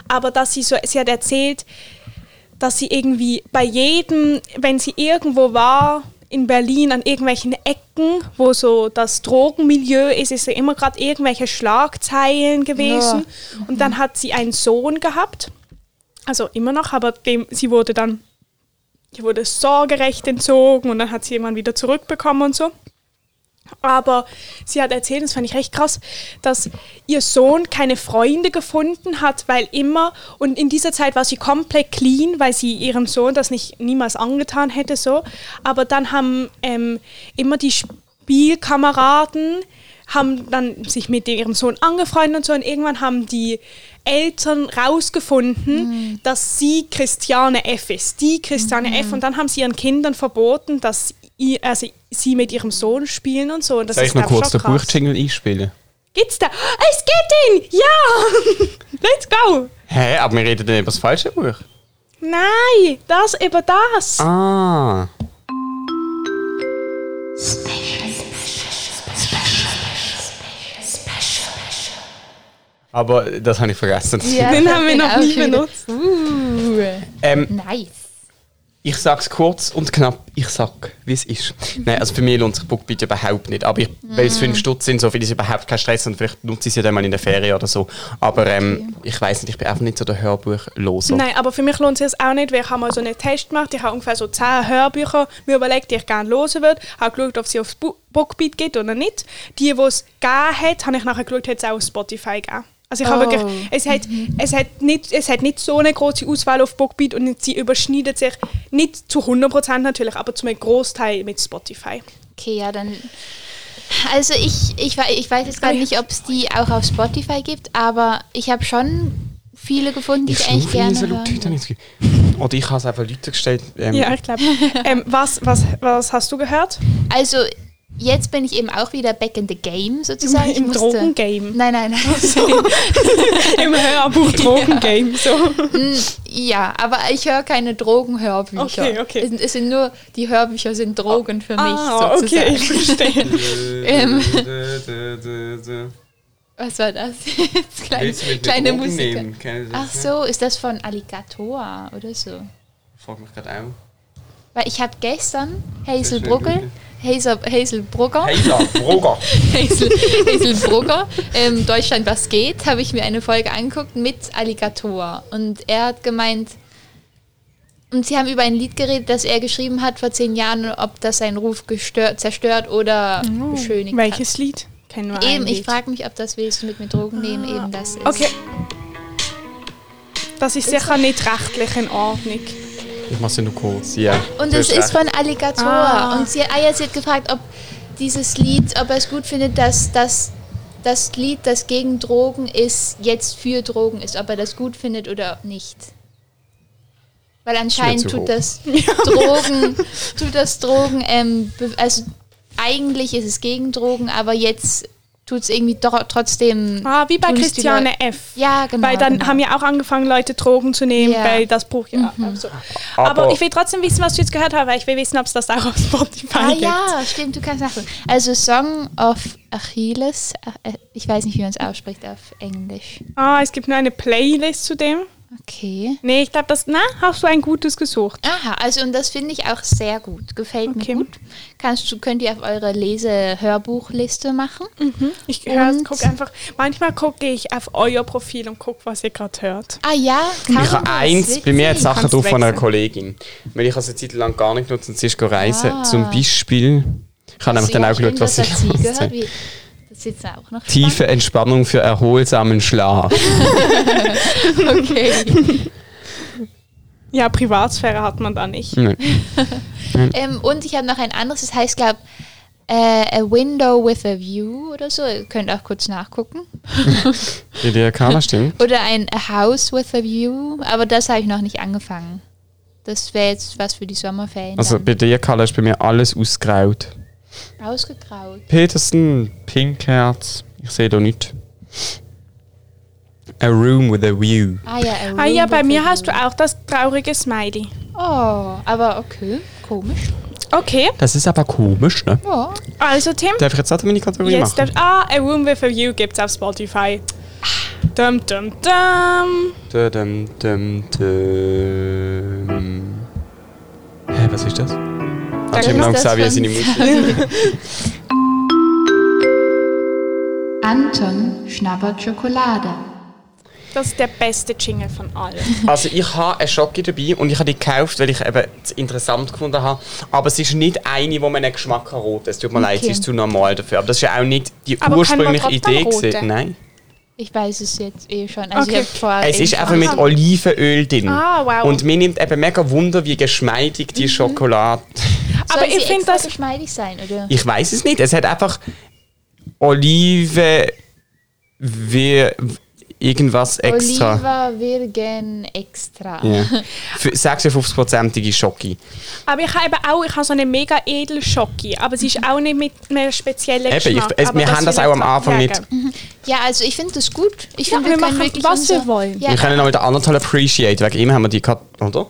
Speaker 3: aber dass sie so, sie hat erzählt, dass sie irgendwie bei jedem, wenn sie irgendwo war, in Berlin an irgendwelchen Ecken, wo so das Drogenmilieu ist, ist ja immer gerade irgendwelche Schlagzeilen gewesen. Und dann hat sie einen Sohn gehabt. Also immer noch, aber dem, sie wurde dann, ihr wurde das Sorgerecht entzogen und dann hat sie irgendwann wieder zurückbekommen und so. Aber sie hat erzählt, das fand ich recht krass, dass ihr Sohn keine Freunde gefunden hat, weil immer, und in dieser Zeit war sie komplett clean, weil sie ihrem Sohn das nicht niemals angetan hätte, so. Aber dann haben ähm, immer die Spielkameraden haben dann sich mit ihrem Sohn angefreundet und so und irgendwann haben die Eltern rausgefunden, dass sie Christiane F ist, die Christiane F und dann haben sie ihren Kindern verboten, dass i- also sie mit ihrem Sohn spielen und so und das
Speaker 1: Soll ich
Speaker 3: ist
Speaker 1: noch
Speaker 3: glaub
Speaker 1: kurz den
Speaker 3: schon krass.
Speaker 1: Buchjingle einspielen?
Speaker 3: Geht's da? oh, Es geht ihn! Ja! *laughs* Let's go!
Speaker 1: Hä, aber wir reden dann über das falsche Buch.
Speaker 3: Nein, das über das.
Speaker 1: Ah. Aber das habe ich vergessen.
Speaker 3: Den haben wir
Speaker 2: genau,
Speaker 3: noch nie benutzt.
Speaker 2: Cool.
Speaker 1: Ähm,
Speaker 2: Nice.
Speaker 1: ich sage es kurz und knapp. Ich sag, wie es ist. Nein, also für mich lohnt sich Bookbeat überhaupt nicht. Aber ich, weil es
Speaker 2: Mhm.
Speaker 1: 5 Stutz sind, so viel ist überhaupt kein Stress und vielleicht nutze ich es ja dann mal in der Ferien oder so. Aber ähm, ich weiß nicht, ich bin einfach nicht so der Hörbuchloser.
Speaker 3: Nein, aber für mich lohnt es jetzt auch nicht, weil ich habe mal so einen Test gemacht. Ich habe ungefähr so 10 Hörbücher mir überlegt, die ich gerne hören würde. Habe geschaut, ob sie auf Bu- Bookbeat geht oder nicht. Die, die es gegeben hat, habe ich nachher geschaut, hat es auch auf Spotify gegeben. Also ich habe
Speaker 2: Oh.
Speaker 3: wirklich, es hat, es, hat nicht, es hat nicht so eine große Auswahl auf Bookbeat und sie überschneidet sich nicht zu 100% natürlich, aber zu einem Großteil mit Spotify.
Speaker 2: Okay, ja, dann. Also ich, ich, wei- ich weiß jetzt gar nicht, ob es die auch auf Spotify gibt, aber ich habe schon viele gefunden, die ich, eigentlich
Speaker 1: schnaufe in
Speaker 2: gerne
Speaker 1: so laut,
Speaker 2: höre.
Speaker 1: heute habe ich das Gefühl. Oder ich habe es einfach Leute gestellt. Ähm,
Speaker 3: Ja, ich glaube. *laughs* ähm, was, was, was hast du gehört?
Speaker 2: Also jetzt bin ich eben auch wieder back in the game sozusagen. Ich
Speaker 3: Im
Speaker 2: musste-
Speaker 3: Drogengame.
Speaker 2: Nein, nein, *laughs* nein.
Speaker 3: Im *laughs* Hörbuch Drogengame. So.
Speaker 2: ja, aber ich höre keine Drogenhörbücher.
Speaker 3: Okay, okay.
Speaker 2: Es, sind- es sind nur, die Hörbücher sind Drogen für mich
Speaker 3: Ah,
Speaker 2: sozusagen.
Speaker 3: okay, ich verstehe.
Speaker 2: Ähm.
Speaker 1: Willst
Speaker 2: Was war das *laughs* jetzt? Kleine,
Speaker 1: du mit
Speaker 2: kleine
Speaker 1: Drogen
Speaker 2: Musiker.
Speaker 1: nehmen? Keine Ahnung.
Speaker 2: Ach so, ist das von Alligator oder so?
Speaker 1: Frag mich gerade auch.
Speaker 2: Weil ich habe gestern
Speaker 1: Sehr
Speaker 2: Hazel
Speaker 1: schön,
Speaker 2: Brugger, Hazel, Hazel Brugger,
Speaker 1: Heiser, Roger.
Speaker 2: Hazel, Hazel Brugger, ähm, Deutschland was geht, habe ich mir eine Folge angeguckt mit Alligator. Und er hat gemeint, und sie haben über ein Lied geredet, das er geschrieben hat vor zehn Jahren, ob das seinen Ruf gestört, zerstört oder beschönigt
Speaker 3: Oh, Welches Lied? Kennen wir
Speaker 2: hat. Eben,
Speaker 3: ein
Speaker 2: ich
Speaker 3: Lied. Ah,
Speaker 2: frage mich, ob das willst du mit, mit Drogen nehmen, eben das ist.
Speaker 3: Okay. Das ist sicher nicht rechtlich in Ordnung.
Speaker 1: Ich mache es nur kurz. Ja.
Speaker 2: Und
Speaker 1: Du
Speaker 2: es
Speaker 1: hast
Speaker 2: ist
Speaker 1: recht.
Speaker 2: von Alligator.
Speaker 3: Ah.
Speaker 2: Und sie, ah ja, sie hat gefragt, ob dieses Lied, ob er es gut findet, dass, dass das Lied, das gegen Drogen ist, jetzt für Drogen ist, ob er das gut findet oder nicht. Weil anscheinend
Speaker 1: zu hoch.
Speaker 2: tut das Drogen, tut das Drogen, ähm, be- also eigentlich ist es gegen Drogen, aber jetzt tut es irgendwie doch trotzdem.
Speaker 3: Ah, wie bei
Speaker 2: tun's die
Speaker 3: Christiane
Speaker 2: Leu-
Speaker 3: F.
Speaker 2: Ja, genau.
Speaker 3: Weil dann
Speaker 2: genau.
Speaker 3: haben ja auch angefangen, Leute Drogen zu nehmen,
Speaker 2: Ja. Mhm.
Speaker 3: weil das Buch ja. Also. Aber,
Speaker 1: Aber-
Speaker 3: ich will trotzdem wissen, was du jetzt gehört hast, weil ich will wissen, ob es das auch auf Spotify
Speaker 2: Ah
Speaker 3: gibt.
Speaker 2: ja, stimmt, du kannst nachgucken. Also Song of Achilles, ach, äh, ich weiß nicht, wie man es ausspricht auf Englisch.
Speaker 3: Ah, es gibt nur eine Playlist zu dem.
Speaker 2: Okay.
Speaker 3: Nee, ich glaube, das. Na, hast du ein gutes gesucht?
Speaker 2: Aha, also und das finde ich auch sehr gut. Gefällt
Speaker 3: Okay.
Speaker 2: mir gut. Kannst du, könnt ihr auf eure Lese-Hörbuchliste machen.
Speaker 1: Mhm.
Speaker 3: Ich höre
Speaker 2: Und?
Speaker 3: guck einfach. Manchmal gucke ich auf euer Profil und gucke, was ihr gerade hört.
Speaker 2: Ah ja, kann
Speaker 1: Ich
Speaker 2: man
Speaker 1: habe
Speaker 2: das?
Speaker 1: eins, bei mir hat
Speaker 2: Witzig.
Speaker 1: Sachen
Speaker 3: Kannst
Speaker 1: drauf von einer
Speaker 3: wechseln.
Speaker 1: Kollegin. Weil ich habe es eine Zeit lang gar nicht genutzt und sie ist go reisen.
Speaker 2: Ah.
Speaker 1: Zum Beispiel, ich habe nämlich
Speaker 2: Also,
Speaker 1: dann
Speaker 2: ja,
Speaker 1: auch geschaut,
Speaker 2: stimmt,
Speaker 1: was
Speaker 2: das
Speaker 1: ich
Speaker 2: hat sie gehört.
Speaker 1: habe.
Speaker 2: Wie, das ist jetzt auch noch
Speaker 1: Tiefe Entspannung für erholsamen Schlaf.
Speaker 2: spannend. Okay.
Speaker 3: Ja, Privatsphäre hat man da nicht.
Speaker 2: ähm, und ich habe noch ein anderes, das heißt, glaube äh, A Window with a View oder so. Ihr könnt auch kurz nachgucken.
Speaker 1: Die Diakana stimmt.
Speaker 2: Oder ein A House with a View, aber das habe ich noch nicht angefangen. Das wäre jetzt was für die Sommerferien.
Speaker 1: Also bei
Speaker 2: dann.
Speaker 1: Diakana ist bei mir alles ausgraut.
Speaker 2: Ausgegraut.
Speaker 1: Peterson, Pinkherz, ich sehe da nichts. A room with a view.
Speaker 2: Ah ja, a
Speaker 3: Ah ja,
Speaker 2: room
Speaker 3: bei
Speaker 2: with
Speaker 3: mir
Speaker 2: a
Speaker 3: hast du
Speaker 2: view.
Speaker 3: auch das traurige Smiley.
Speaker 2: Oh, aber okay, komisch.
Speaker 3: Okay,
Speaker 1: Das ist aber komisch, ne?
Speaker 2: Ja.
Speaker 3: also Tim,
Speaker 1: Darf ich jetzt auch meine Kategorie
Speaker 3: jetzt
Speaker 1: machen?
Speaker 3: darf, ah, A Room with a View gibt's auf Spotify. Dum, dum, dum.
Speaker 1: Da, dum, dum, dum. Hä, was ist das? Hat
Speaker 3: ist
Speaker 1: Jim und
Speaker 2: das
Speaker 1: Xavier
Speaker 2: von
Speaker 3: *laughs*
Speaker 1: seine Musik.
Speaker 6: Anton schnabbert Schokolade.
Speaker 3: Das ist der beste Jingle von allen.
Speaker 1: Also ich habe eine Schocke dabei und ich habe die gekauft, weil ich eben es interessant gefunden habe. Aber es ist nicht eine, wo man einen Geschmack hat. roten. Es tut mir leid,
Speaker 2: Okay.
Speaker 1: es ist zu normal dafür. Aber das ist ja auch nicht die
Speaker 3: Aber kann man
Speaker 1: ursprüngliche
Speaker 3: trotzdem
Speaker 1: Idee
Speaker 3: rote?
Speaker 1: gewesen. Nein.
Speaker 2: Ich weiß es jetzt eh schon. Also
Speaker 3: Okay.
Speaker 2: ich hab vorher
Speaker 1: Es
Speaker 2: eben
Speaker 1: ist
Speaker 2: schon-
Speaker 1: einfach mit Olivenöl drin.
Speaker 3: Ah, wow.
Speaker 1: Und mir nimmt eben mega Wunder, wie geschmeidig die Schokolade.
Speaker 3: Aber
Speaker 2: Soll
Speaker 3: ich
Speaker 2: sie
Speaker 3: finde
Speaker 2: extra
Speaker 3: das.
Speaker 2: geschmeidig sein, oder?
Speaker 1: Ich weiß es nicht. Es hat einfach Oliven wie irgendwas extra.
Speaker 2: Oliva Virgen extra.
Speaker 1: Ja. Für 56-prozentige Schocke.
Speaker 3: Aber ich habe eben auch, ich habe so eine mega edle Schocke, aber sie
Speaker 2: Mhm.
Speaker 3: ist auch nicht mit einem speziellen
Speaker 1: Eben, ich,
Speaker 3: Geschmack.
Speaker 1: es,
Speaker 3: aber
Speaker 1: wir haben das
Speaker 3: will
Speaker 1: auch
Speaker 3: ich Ähm,
Speaker 1: am Anfang nicht.
Speaker 3: sagen.
Speaker 2: *laughs* Ja, also ich finde das gut. Ich
Speaker 3: Ja,
Speaker 2: finde,
Speaker 3: wir
Speaker 2: können
Speaker 3: machen,
Speaker 2: wirklich
Speaker 3: was wir
Speaker 2: unser-
Speaker 3: wollen.
Speaker 2: Ja,
Speaker 1: Wir können auch mit der anderen Teil appreciate. Wegen ihm haben wir die gehabt, oder?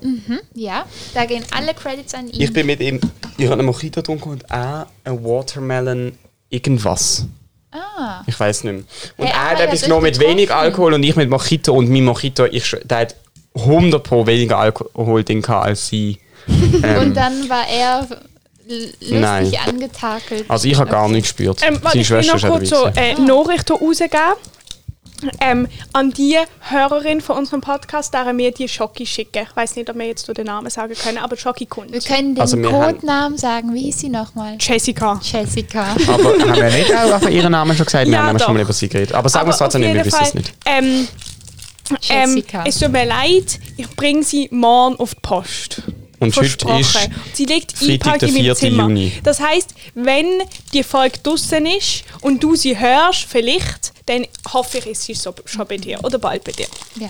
Speaker 2: ja, da gehen alle Credits an ihn.
Speaker 1: Ich bin mit ihm. Ich habe einen Mojito getrunken und auch ein Watermelon irgendwas.
Speaker 2: ah,
Speaker 1: Ich weiß nicht mehr. Und
Speaker 2: Hey,
Speaker 1: er
Speaker 2: aber
Speaker 1: hat
Speaker 2: er
Speaker 1: etwas
Speaker 2: hat
Speaker 1: genommen mit
Speaker 2: euch
Speaker 1: wenig
Speaker 2: getroffen.
Speaker 1: Alkohol und ich mit Mojito. Und mein Mojito, ich, schw- der hat 100 pro weniger Alkohol drin gehabt als sie.
Speaker 2: und dann war er l- lustig
Speaker 1: Ähm, Nein.
Speaker 2: angetakelt.
Speaker 1: Also ich habe gar nichts gespürt.
Speaker 3: Ähm, warte,
Speaker 1: Seine
Speaker 3: ich will
Speaker 1: Schwester
Speaker 3: noch
Speaker 1: ist auch dabei.
Speaker 3: kurz so
Speaker 1: gewesen.
Speaker 3: äh, Nachrichten rausgeben. Ähm, an die Hörerin von unserem Podcast, deren wir die Schocke schicken. Ich weiß nicht, ob wir jetzt so den Namen sagen können, aber Schocke
Speaker 2: wir
Speaker 3: kommt.
Speaker 2: können den
Speaker 1: Also wir haben-
Speaker 2: Codenamen sagen. Wie hieß sie nochmal?
Speaker 3: Jessica.
Speaker 1: *laughs*
Speaker 2: Jessica.
Speaker 1: Aber haben wir nicht auch einfach ihren Namen schon gesagt? Wir
Speaker 3: äh, *laughs* Ja,
Speaker 1: haben nämlich
Speaker 3: doch.
Speaker 1: schon mal über sie geredet. Aber sagen wir es
Speaker 3: Aber auf
Speaker 1: trotzdem nicht, wir
Speaker 3: jeden
Speaker 1: wissen es
Speaker 3: Fall,
Speaker 1: nicht.
Speaker 3: Ähm, ähm,
Speaker 2: Jessica.
Speaker 3: es tut mir leid, ich bringe sie morgen auf die Post.
Speaker 1: Und heute ist...
Speaker 3: Versprochen. Sie liegt
Speaker 1: Freitag,
Speaker 3: eingepackt
Speaker 1: der
Speaker 3: in meinem
Speaker 1: 4.
Speaker 3: Zimmer.
Speaker 1: Juni.
Speaker 3: Das heißt, wenn die Folge draußen ist und du sie hörst, vielleicht, dann hoffe ich, ist sie so, schon bei dir oder bald bei dir.
Speaker 2: ja.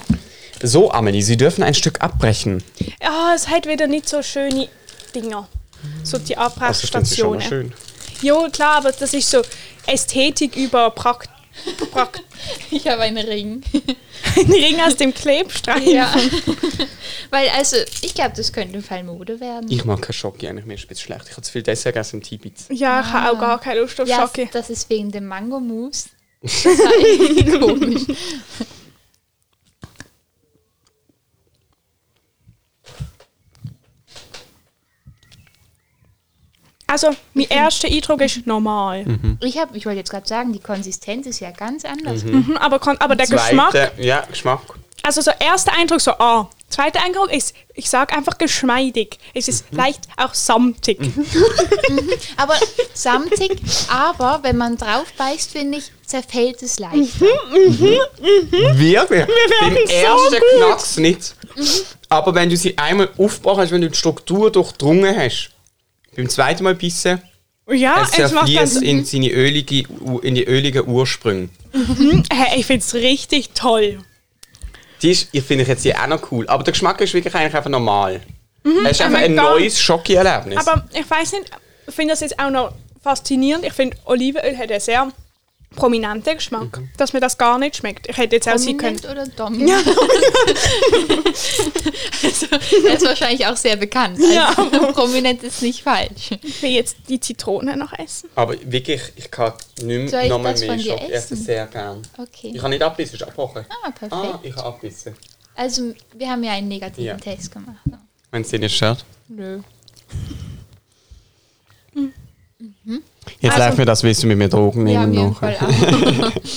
Speaker 1: So, Amelie, Sie dürfen ein Stück abbrechen.
Speaker 3: Ja, Ah, es hat wieder nicht so schöne Dinger. So die
Speaker 1: Also,
Speaker 3: Abbrechstationen.
Speaker 1: schön.
Speaker 3: ja, klar, aber das ist so Ästhetik über Prakt. Prakt *laughs*
Speaker 2: Ich habe einen Ring.
Speaker 3: einen Ring aus dem Klebstreifen.
Speaker 2: *laughs* Ja. *laughs* Weil, also, ich glaube, das könnte im Fall Mode werden.
Speaker 1: Ich mag keinen Schocke, eigentlich mir ist ein bisschen schlecht. Ich habe zu viel Dessert gegessen im Tibet.
Speaker 3: Ja, ich habe auch gar keine Lust auf
Speaker 2: ja,
Speaker 3: Schocke.
Speaker 2: das ist wegen dem Mango Mousse. Das war irgendwie komisch.
Speaker 3: Also, mein erster Eindruck ist normal.
Speaker 2: Ich, hab- ich wollte jetzt gerade sagen, die Konsistenz ist ja ganz anders.
Speaker 3: Mhm, aber, kon- aber der Geschmack
Speaker 1: Ja, Geschmack.
Speaker 3: also so erster Eindruck so, ah. Zweiter Eindruck ist, ich sage einfach geschmeidig. Es ist leicht auch samtig.
Speaker 2: *laughs* Aber samtig, aber wenn man drauf beißt, finde ich, zerfällt es leicht.
Speaker 1: Wirklich?
Speaker 3: werden
Speaker 1: Beim
Speaker 3: so
Speaker 1: ersten
Speaker 3: gut.
Speaker 1: Knacks nicht.
Speaker 2: Mhm.
Speaker 1: Aber wenn du sie einmal aufgebrochen hast, wenn du die Struktur durchdrungen hast, beim zweiten Mal bissen,
Speaker 2: Ah,
Speaker 3: Ja,
Speaker 1: es
Speaker 3: es macht
Speaker 1: zerfließt
Speaker 3: ganz,
Speaker 1: in, seine ölige, in die öligen Ursprünge.
Speaker 3: Hä, ich finde es richtig toll.
Speaker 1: Die ist, ich finde ich jetzt die auch noch cool. Aber der Geschmack ist wirklich eigentlich einfach normal.
Speaker 2: Mhm.
Speaker 1: es ist einfach
Speaker 3: mein
Speaker 1: ein
Speaker 3: Gott.
Speaker 1: neues Schocke-Erlebnis.
Speaker 3: Aber ich weiß nicht, ich finde das jetzt auch noch faszinierend. Ich finde, Olivenöl hat einen sehr prominenten Geschmack, dass mir das gar nicht schmeckt. Ich hätte jetzt auch sie können.
Speaker 2: Dominant oder *laughs* dominant? also, er ist wahrscheinlich auch sehr bekannt. Also,
Speaker 3: Ja.
Speaker 2: *laughs* Prominent ist nicht falsch.
Speaker 3: Ich will jetzt die Zitrone noch essen.
Speaker 1: Aber wirklich, ich kann nicht
Speaker 2: Soll ich
Speaker 1: mehr nochmal
Speaker 2: das
Speaker 1: mehr
Speaker 2: von dir
Speaker 1: Schock. Ich esse
Speaker 2: essen?
Speaker 1: sehr gern.
Speaker 2: Okay.
Speaker 1: Ich habe nicht abbissen, ich habe abgebrochen.
Speaker 2: Ah, perfekt.
Speaker 1: Ah, ich habe abbissen.
Speaker 2: Also, wir haben ja einen negativen
Speaker 1: Ja.
Speaker 2: Test gemacht. ne?
Speaker 1: Wenn es dir nicht stört.
Speaker 2: Nö.
Speaker 1: Jetzt
Speaker 3: Also-
Speaker 1: läuft mir das, willst du mit mir Drogen
Speaker 2: Ja,
Speaker 1: nehmen
Speaker 2: mir im
Speaker 1: noch.
Speaker 2: Fall auch.
Speaker 1: *laughs*
Speaker 2: *laughs*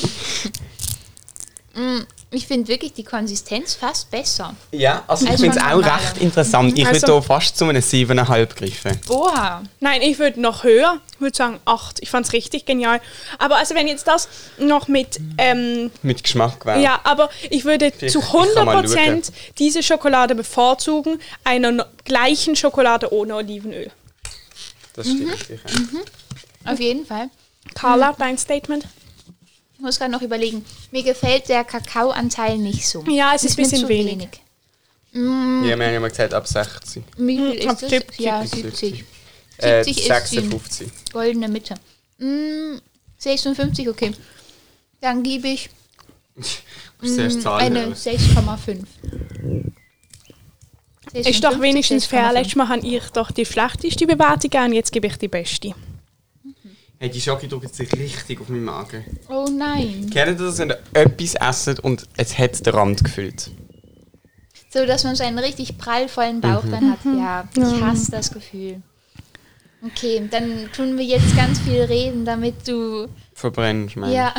Speaker 2: Mm, ich finde wirklich die Konsistenz fast besser.
Speaker 1: Ja, also ich
Speaker 2: Also
Speaker 1: finde es
Speaker 2: man
Speaker 1: auch
Speaker 2: kann
Speaker 1: recht
Speaker 2: mal-
Speaker 1: interessant. Ich
Speaker 3: Also-
Speaker 1: würde hier fast zu einem 7,5 greifen.
Speaker 2: Oha.
Speaker 3: Nein, ich würde noch höher. Ich würde sagen 8. Ich fand es richtig genial. Aber also wenn jetzt das noch mit ähm,
Speaker 1: Mit Geschmack wäre.
Speaker 3: Ja, aber ich würde
Speaker 1: Vielleicht-
Speaker 3: zu
Speaker 1: Ah. ich kann mal
Speaker 3: 100% diese Schokolade bevorzugen, einer no- gleichen Schokolade ohne Olivenöl.
Speaker 1: Das
Speaker 2: Mhm.
Speaker 1: stimmt sicher.
Speaker 2: Auf jeden Fall.
Speaker 3: Carla, dein Statement?
Speaker 2: Ich muss gerade noch überlegen. Mir gefällt der Kakaoanteil nicht so.
Speaker 3: Ja, es ist ein
Speaker 2: mir
Speaker 3: bisschen
Speaker 2: zu
Speaker 3: wenig.
Speaker 1: Ja, wir haben ja mal gesagt, ab 60.
Speaker 2: Wie viel
Speaker 3: ab
Speaker 2: ist das?
Speaker 3: 70.
Speaker 2: Ja, 70. 70
Speaker 1: äh,
Speaker 2: ist
Speaker 1: 56.
Speaker 2: Goldene Mitte. Mm, 56, okay. Dann gebe ich
Speaker 1: Das ist Zahlen.
Speaker 2: Mhm, eine 6,5.
Speaker 3: Ist doch
Speaker 2: 56,
Speaker 3: wenigstens fair.
Speaker 2: 6,5.
Speaker 3: Letztes Mal habe ich doch die schlechteste Bewertung und jetzt gebe ich die beste.
Speaker 1: Hey, die Schocke drückt sich richtig auf meinen Magen.
Speaker 2: Oh nein.
Speaker 1: Kennt ihr das, wenn ihr etwas esset und es hat den Rand gefüllt?
Speaker 3: Mhm.
Speaker 2: So, dass man so einen richtig prallvollen Bauch dann hat. Ja, ich hasse das Gefühl. Okay, dann tun wir jetzt ganz viel reden, damit du.
Speaker 1: Verbrennst, meine
Speaker 2: Ja.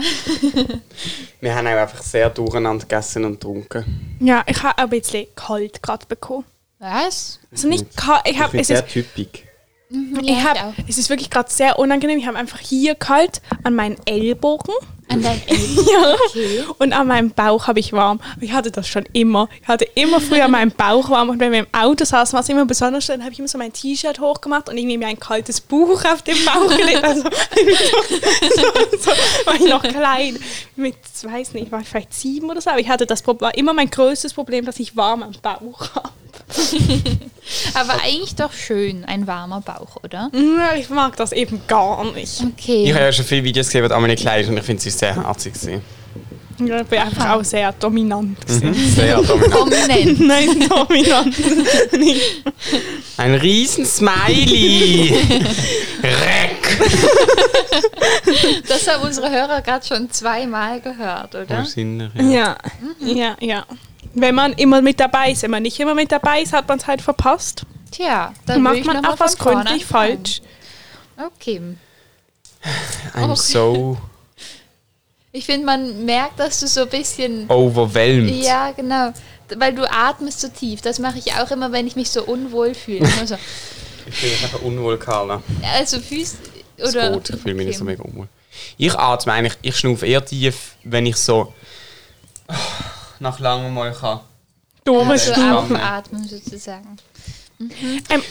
Speaker 1: Wir haben auch einfach sehr durcheinander gegessen und getrunken.
Speaker 3: Ja, ich habe auch ein bisschen kalt gerade bekommen.
Speaker 2: Was?
Speaker 3: Also nicht kalt, ich
Speaker 1: Mhm. Ich
Speaker 3: habe,
Speaker 1: bin
Speaker 3: es ist,
Speaker 1: sehr typisch.
Speaker 2: Mhm.
Speaker 3: ich
Speaker 2: ich auch.
Speaker 3: hab, es ist wirklich gerade sehr unangenehm. Ich habe einfach hier kalt an meinen Ellbogen
Speaker 2: An deinem Ende.
Speaker 3: *laughs* ja.
Speaker 2: Okay.
Speaker 3: und an meinem Bauch habe ich warm. Aber ich hatte das schon immer. Ich hatte immer früher meinen Bauch warm und wenn wir im Auto saßen, war es immer besonders schön. Dann habe ich immer so mein T-Shirt hochgemacht und irgendwie mir ein kaltes Buch auf den Bauch gelegt. Also *laughs* so, so, war ich noch klein. Mit, ich weiß nicht, war ich vielleicht sieben oder so. Aber ich hatte das Problem, war immer mein größtes Problem, dass ich warm am Bauch habe.
Speaker 2: Aber eigentlich doch schön, ein warmer Bauch, oder?
Speaker 3: Ja, Ich mag das eben gar nicht.
Speaker 2: Okay.
Speaker 1: Ich habe ja schon viele Videos gesehen, die Amelie klein ist und ich finde sie sehr herzig. gewesen.
Speaker 3: Ich bin einfach auch sehr dominant. *laughs* gewesen.
Speaker 1: *laughs* Sehr dominant.
Speaker 2: Prominent.
Speaker 3: Nein, dominant.
Speaker 1: Ein riesen Smiley! Reck!
Speaker 2: Das haben unsere Hörer gerade schon zweimal gehört, oder?
Speaker 1: Wahrscheinlich, ja.
Speaker 3: Ja,
Speaker 2: Mhm.
Speaker 3: ja, ja. Wenn man immer mit dabei ist, wenn man nicht immer mit dabei ist, hat man es halt verpasst.
Speaker 2: Tja, dann
Speaker 3: Dann
Speaker 2: will
Speaker 3: macht
Speaker 2: ich
Speaker 3: man
Speaker 2: noch mal
Speaker 3: auch was
Speaker 2: von vorne
Speaker 3: gründlich
Speaker 2: anfangen.
Speaker 3: falsch.
Speaker 2: Okay.
Speaker 1: I'm so
Speaker 2: Ich finde, man merkt, dass du so ein bisschen.
Speaker 1: overwhelmed.
Speaker 2: Ja, genau. D- Weil du atmest so tief. Das mache ich auch immer, wenn ich mich so unwohl
Speaker 3: *laughs*
Speaker 2: fühle. Immer so.
Speaker 1: Ich fühle mich einfach unwohl, Carla.
Speaker 2: Also Füße
Speaker 1: Ist
Speaker 2: oder.
Speaker 1: gut, ich fühle mich nicht so
Speaker 2: Okay.
Speaker 1: mega unwohl. Ich atme eigentlich, ich schnaufe eher tief, wenn ich so nach langem mal kann.
Speaker 3: Dummes
Speaker 2: Also
Speaker 1: Schnaufen.
Speaker 2: aufatmen sozusagen.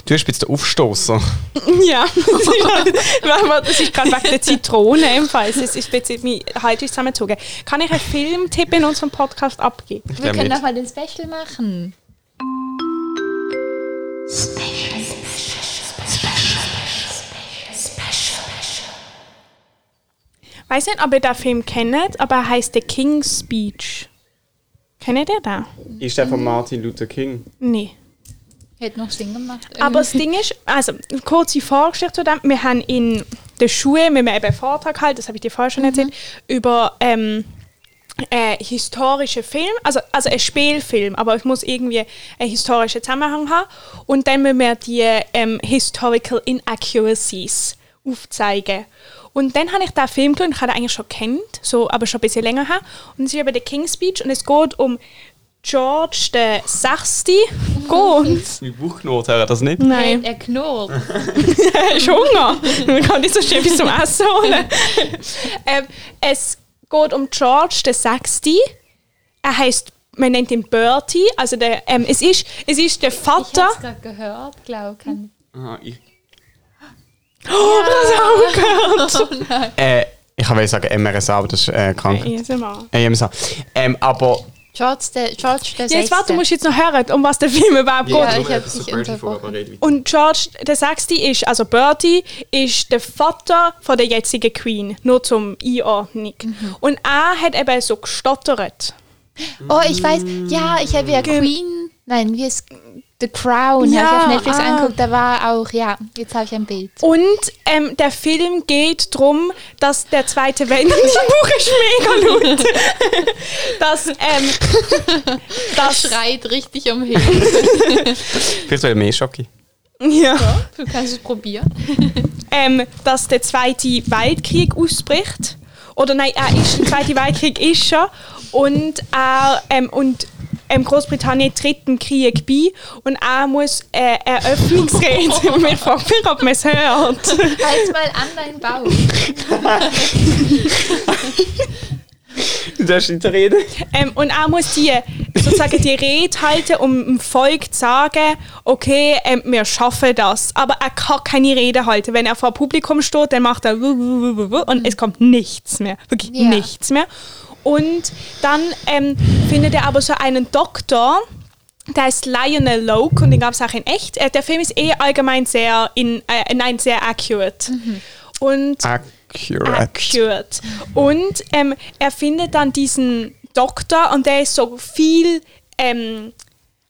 Speaker 1: Du bist jetzt der Aufstoßer.
Speaker 3: *laughs* Ja, weil man- das ist gerade wegen der Zitrone im Fall. Es ist, ich bin jetzt mich halt zusammengezogen. Kann ich einen Filmtipp in unserem Podcast abgeben?
Speaker 2: Wir können
Speaker 1: Damit.
Speaker 2: nochmal den Special machen.
Speaker 3: Weiß nicht, ob ihr den Film kennt, aber er heißt The King's Speech. Kennt ihr den?
Speaker 1: Ist der von Martin Luther King?
Speaker 3: Nee.
Speaker 2: Hätte noch Sinn gemacht.
Speaker 3: Aber das Ding ist, also eine kurze Vorgeschichte zu dem, wir haben in der Schule, wir haben eben einen Vortrag halt, das habe ich dir vorher schon erzählt, über ähm, äh, historische Film, also, also ein Spielfilm, aber es muss irgendwie einen historischen Zusammenhang haben. Und dann müssen wir die ähm, Historical Inaccuracies aufzeigen. Und dann habe ich den Film gesehen, ich habe ihn eigentlich schon kennt, so, aber schon ein bisschen länger her. Und es ist über The King's Speech und es geht um George der Sechste. Geht?
Speaker 1: Mein Bauchknot hört das nicht.
Speaker 3: Nein.
Speaker 2: Er knurrt.
Speaker 3: *laughs* hast Hunger. Man kann nicht so schnell *laughs* bis zum Essen holen. ähm, es geht um George der Sechste. Er heißt, man nennt ihn Bertie. Also der, ähm, es, ist, es ist der
Speaker 2: Ich
Speaker 3: Vater.
Speaker 2: habe es gerade gehört, glaube kann.
Speaker 1: Ah, ich
Speaker 3: Oh, das
Speaker 2: *laughs*
Speaker 3: auch
Speaker 1: äh, ich wollte sagen MRSA, aber das ist äh, krank.
Speaker 3: gehört. Ja,
Speaker 1: Äh, MRSA. Ähm, aber
Speaker 2: George der, George der
Speaker 3: Jetzt warte,
Speaker 2: Sechste.
Speaker 3: du musst jetzt noch hören, um was der Film überhaupt geht.
Speaker 2: Ja, ich hab dich unterbrochen.
Speaker 3: Und George der Sechste ist, also Bertie, ist der Vater von der jetzigen Queen. Nur zum Einordnung.
Speaker 2: Mhm.
Speaker 3: Und er hat eben so gestottert.
Speaker 2: Oh, ich weiß. Ja, ich habe ja Queen. Nein, wie ist The Crown?
Speaker 3: Ja,
Speaker 2: habe ich auf Netflix
Speaker 3: ah.
Speaker 2: angeguckt. Da war auch, ja, jetzt habe ich ein Bild.
Speaker 3: Und ähm, der Film geht darum, dass der Zweite Weltkrieg... Das Buch ist mega laut. *laughs* dass, ähm, dass,
Speaker 2: Schreit richtig *laughs* umhin.
Speaker 1: Vielleicht wäre mehr Schocki.
Speaker 3: ja,
Speaker 2: Du kannst es probieren.
Speaker 3: ähm, dass der Zweite Weltkrieg ausbricht. Oder nein, er ist, der Zweite Weltkrieg ist schon. Und, er, ähm, und ähm, Großbritannien tritt dem Krieg bei. Und er muss äh, Eröffnungsrede... Mir fragt mich, ob man es hört.
Speaker 2: Halt mal an deinen Bauch.
Speaker 1: Du darfst nicht reden.
Speaker 3: Ähm, und er muss die, sozusagen die Rede halten, um dem Volk zu sagen, okay, ähm, wir schaffen das. Aber er kann keine Rede halten. Wenn er vor Publikum steht, dann macht er wuh, wuh, wuh, wuh, wuh, und es kommt nichts mehr. Wirklich
Speaker 2: Ja.
Speaker 3: nichts mehr. Und dann ähm, findet er aber so einen Doktor, der heißt Lionel Loke und den gab es auch in echt. Äh, der Film ist eh allgemein sehr, in, äh, nein, sehr accurate. Und
Speaker 1: Ah, Accurate.
Speaker 3: accurate. Und ähm, er findet dann diesen Doktor und der ist so viel, ähm,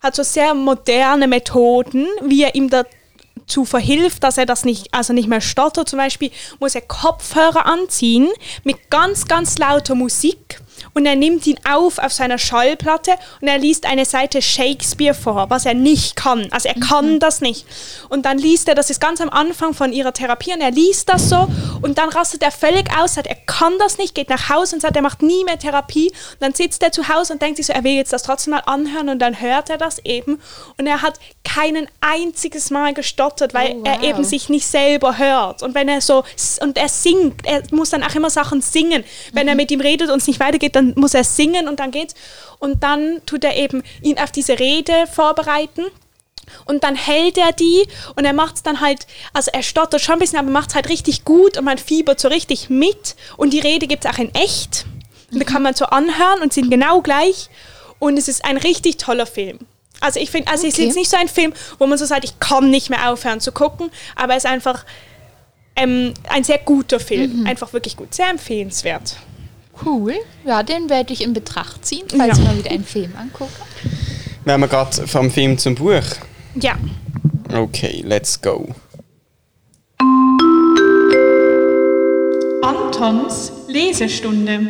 Speaker 3: hat so sehr moderne Methoden, wie er ihm dazu verhilft, dass er das nicht, also nicht mehr stottert. Zum Beispiel muss er Kopfhörer anziehen mit ganz, ganz lauter Musik und er nimmt ihn auf auf seiner Schallplatte und er liest eine Seite Shakespeare vor, was er nicht kann. Also er kann das nicht. Und dann liest er, das ist ganz am Anfang von ihrer Therapie und er liest das so und dann rastet er völlig aus, sagt, er kann das nicht, geht nach Hause und sagt, er macht nie mehr Therapie. Und dann sitzt er zu Hause und denkt sich so, er will jetzt das trotzdem mal anhören und dann hört er das eben und er hat keinen einziges Mal gestottert, weil
Speaker 2: Oh,
Speaker 3: er
Speaker 2: wow.
Speaker 3: eben sich nicht selber hört. Und wenn er so, s- und er singt, er muss dann auch immer Sachen singen. Wenn
Speaker 2: Mhm.
Speaker 3: er mit ihm redet und es nicht weitergeht, dann muss er singen und dann geht's. Und dann tut er eben ihn auf diese Rede vorbereiten. Und dann hält er die und er macht es dann halt, also er stottert schon ein bisschen, aber macht es halt richtig gut und man fiebert so richtig mit. Und die Rede gibt es auch in echt. Und da kann man so anhören und sind genau gleich. Und es ist ein richtig toller Film. Also ich finde, also es ist
Speaker 2: Okay.
Speaker 3: jetzt nicht so ein Film, wo man so sagt, ich kann nicht mehr aufhören zu gucken, aber es ist einfach ähm, ein sehr guter Film. Einfach wirklich gut, sehr empfehlenswert.
Speaker 2: Cool. Ja, den werde ich in Betracht ziehen, falls
Speaker 3: Ja.
Speaker 2: ich mal wieder einen Film angucke.
Speaker 1: Wenn wir gerade vom Film zum Buch.
Speaker 3: Ja.
Speaker 1: Okay, let's go.
Speaker 6: Antons Lesestunde.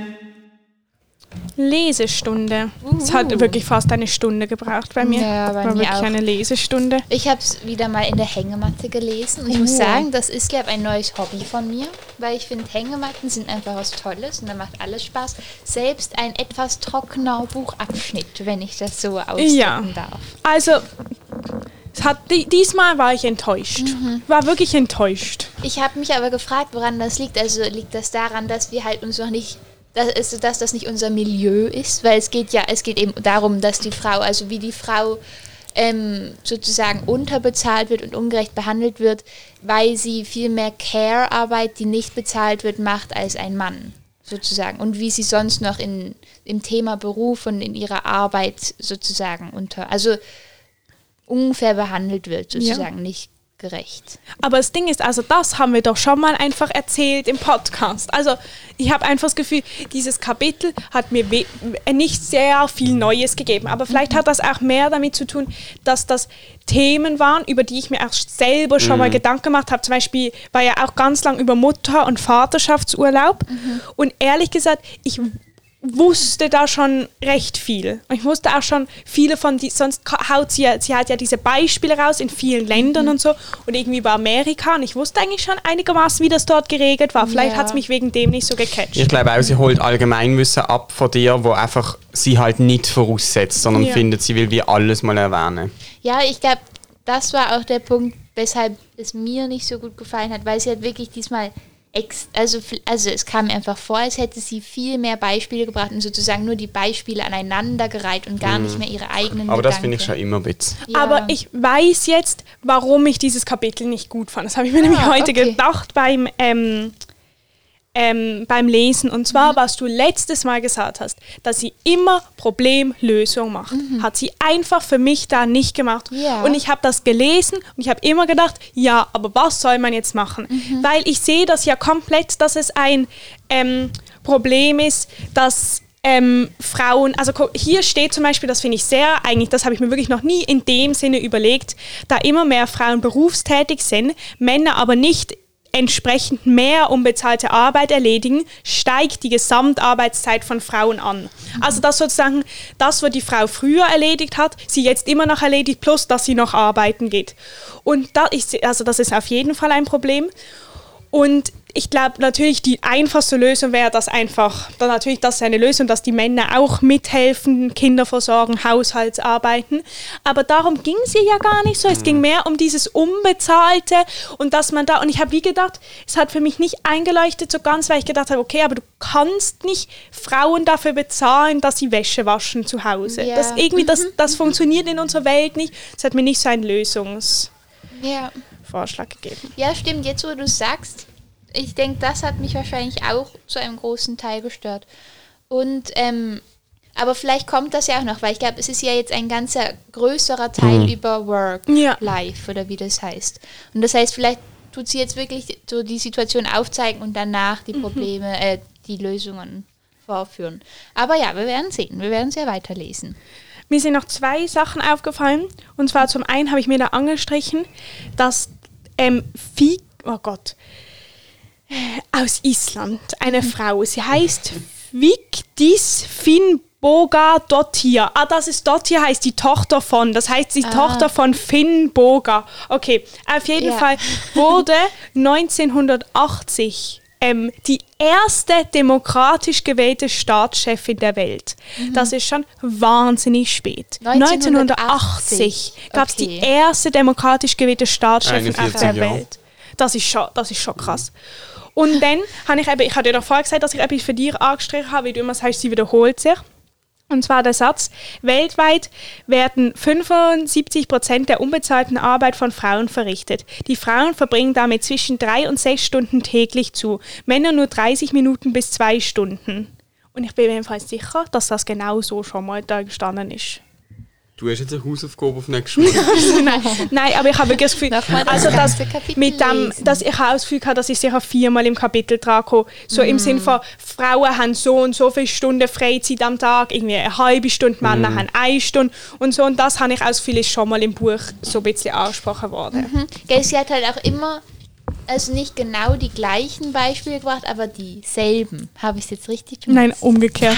Speaker 3: Lesestunde. Es hat wirklich fast eine Stunde gebraucht bei mir.
Speaker 2: Uh. Ja, bei
Speaker 3: War
Speaker 2: mir
Speaker 3: wirklich
Speaker 2: auch.
Speaker 3: eine Lesestunde.
Speaker 2: Ich habe es wieder mal in der Hängematte gelesen und ich muss
Speaker 3: Oh.
Speaker 2: sagen, das ist, glaube ich, ein neues Hobby von mir, weil ich finde, Hängematten sind einfach was Tolles und da macht alles Spaß. Selbst ein etwas trockener Buchabschnitt, wenn ich das so ausdrücken
Speaker 3: Ja.
Speaker 2: darf.
Speaker 3: Also, es hat, di- diesmal war ich enttäuscht.
Speaker 2: Mhm.
Speaker 3: War wirklich enttäuscht.
Speaker 2: Ich habe mich aber gefragt, woran das liegt. Also liegt das daran, dass wir halt uns noch nicht, dass, es- dass das nicht unser Milieu ist, weil es geht ja, es geht eben darum, dass die Frau, also wie die Frau ähm, sozusagen unterbezahlt wird und ungerecht behandelt wird, weil sie viel mehr Care-Arbeit, die nicht bezahlt wird, macht als ein Mann sozusagen und wie sie sonst noch in im Thema Beruf und in ihrer Arbeit sozusagen unter, also ungefähr behandelt wird sozusagen nicht gerecht.
Speaker 3: Aber das Ding ist, also das haben wir doch schon mal einfach erzählt im Podcast. Also ich habe einfach das Gefühl, dieses Kapitel hat mir we- äh, nicht sehr viel Neues gegeben. Aber vielleicht hat das auch mehr damit zu tun, dass das Themen waren, über die ich mir auch selber schon mal Gedanken gemacht habe. Zum Beispiel war ja auch ganz lang über Mutter- und Vaterschaftsurlaub. Und ehrlich gesagt, ich wusste da schon recht viel. Und ich wusste auch schon viele von die sonst ka- haut sie ja, sie hat ja diese Beispiele raus in vielen
Speaker 2: Mhm.
Speaker 3: Ländern und so und irgendwie über Amerika und ich wusste eigentlich schon einigermaßen, wie das dort geregelt war. Vielleicht
Speaker 2: Ja.
Speaker 3: hat es mich wegen dem nicht so gecatcht.
Speaker 1: Ich glaube auch, sie holt Allgemeinwissen ab von dir, wo einfach sie halt nicht voraussetzt, sondern
Speaker 3: Ja.
Speaker 1: findet, sie will wie alles mal erwähnen.
Speaker 2: Ja, ich glaube, das war auch der Punkt, weshalb es mir nicht so gut gefallen hat, weil sie hat wirklich diesmal, ex also, fl- also es kam mir einfach vor, als hätte sie viel mehr Beispiele gebracht und sozusagen nur die Beispiele aneinandergereiht und gar nicht mehr ihre eigenen
Speaker 1: Mhm. Aber das finde
Speaker 2: Gedanken.
Speaker 1: ich schon immer ein bisschen.
Speaker 2: Ja.
Speaker 3: Aber ich weiß jetzt, warum ich dieses Kapitel nicht gut fand. Das habe ich mir nämlich heute
Speaker 2: Ah, okay.
Speaker 3: gedacht beim, ähm, ähm, beim Lesen. Und zwar, was du letztes Mal gesagt hast, dass sie immer Problemlösung macht. Hat sie einfach für mich da nicht gemacht.
Speaker 2: Ja.
Speaker 3: Und ich habe das gelesen und ich habe immer gedacht, ja, aber was soll man jetzt machen? Weil ich sehe das ja komplett, dass es ein ähm, Problem ist, dass ähm, Frauen, also gu- hier steht zum Beispiel, das finde ich sehr, eigentlich, das habe ich mir wirklich noch nie in dem Sinne überlegt, da immer mehr Frauen berufstätig sind, Männer aber nicht entsprechend mehr unbezahlte Arbeit erledigen, steigt die Gesamtarbeitszeit von Frauen an. Also das sozusagen, das, was die Frau früher erledigt hat, sie jetzt immer noch erledigt, plus dass sie noch arbeiten geht. Und da ist, also das ist auf jeden Fall ein Problem. Und ich glaube natürlich, die einfachste Lösung wäre, dass einfach, dann natürlich, das ist eine Lösung, dass die Männer auch mithelfen, Kinder versorgen, Haushaltsarbeiten. Aber darum ging es ihr ja gar nicht so. Es ging mehr um dieses Unbezahlte und dass man da, und ich habe wie gedacht, es hat für mich nicht eingeleuchtet so ganz, weil ich gedacht habe, okay, aber du kannst nicht Frauen dafür bezahlen, dass sie Wäsche waschen zu Hause.
Speaker 2: Ja.
Speaker 3: Das irgendwie, das, das funktioniert in unserer Welt nicht. Es hat mir nicht so einen Lösungsvorschlag
Speaker 2: ja.
Speaker 3: gegeben.
Speaker 2: ja, stimmt, jetzt wo du es sagst, ich denke, das hat mich wahrscheinlich auch zu einem großen Teil gestört. Und ähm, aber vielleicht kommt das ja auch noch, weil ich glaube, es ist ja jetzt ein ganzer größerer Teil über Work,
Speaker 3: Ja.
Speaker 2: Life oder wie das heißt. Und das heißt, vielleicht tut sie jetzt wirklich so die Situation aufzeigen und danach die Probleme, äh, die Lösungen vorführen. Aber ja, wir werden sehen. Wir werden es ja weiterlesen.
Speaker 3: Mir sind noch zwei Sachen aufgefallen. Und zwar zum einen habe ich mir da angestrichen, dass ähm, Fi oh Gott, aus Island, eine Frau, sie heißt Victis Finnboga Dottir. Ah, das ist Dottir, heißt die Tochter von. Das heißt
Speaker 2: Ah.
Speaker 3: die Tochter von Finnboga. Okay, auf jeden
Speaker 2: Ja.
Speaker 3: Fall
Speaker 2: *laughs*
Speaker 3: wurde 1980 ähm, die erste demokratisch gewählte Staatschefin der Welt.
Speaker 2: Mhm.
Speaker 3: Das ist schon wahnsinnig spät. 1980 gab es die
Speaker 2: Okay.
Speaker 3: erste demokratisch gewählte Staatschefin auf
Speaker 1: 41
Speaker 3: der
Speaker 1: Jahre.
Speaker 3: Welt. Das ist schon, das ist schon krass. Und dann habe ich eben, ich habe dir doch vorher gesagt, dass ich etwas für dich angestrichen habe, weil du immer sagst, sie wiederholt sich. Und zwar der Satz, weltweit werden 75 Prozent der unbezahlten Arbeit von Frauen verrichtet. Die Frauen verbringen damit zwischen drei und sechs Stunden täglich zu, Männer nur 30 Minuten bis zwei Stunden. Und ich bin mir jedenfalls sicher, dass das genau so schon mal da gestanden ist.
Speaker 1: Du hast jetzt eine Hausaufgabe auf nächste *laughs* Schule.
Speaker 3: Nein, aber ich habe wirklich das Gefühl,
Speaker 2: Nochmal das
Speaker 3: also das
Speaker 2: ganze Kapitel
Speaker 3: mit dem,
Speaker 2: lesen.
Speaker 3: dass ich auch das Gefühl hatte, dass ich sicher viermal im Kapitel dran komme. So
Speaker 2: Mm.
Speaker 3: im Sinn von, Frauen haben so und so viele Stunden Freizeit am Tag, irgendwie eine halbe Stunde, Männer haben eine Stunde und so. Und das habe ich auch das Gefühl, ist schon mal im Buch so ein bisschen angesprochen worden.
Speaker 2: Gell, sie hat halt auch immer, also nicht genau die gleichen Beispiele gebracht, aber dieselben. Habe ich es jetzt richtig benutzt?
Speaker 3: Nein, umgekehrt.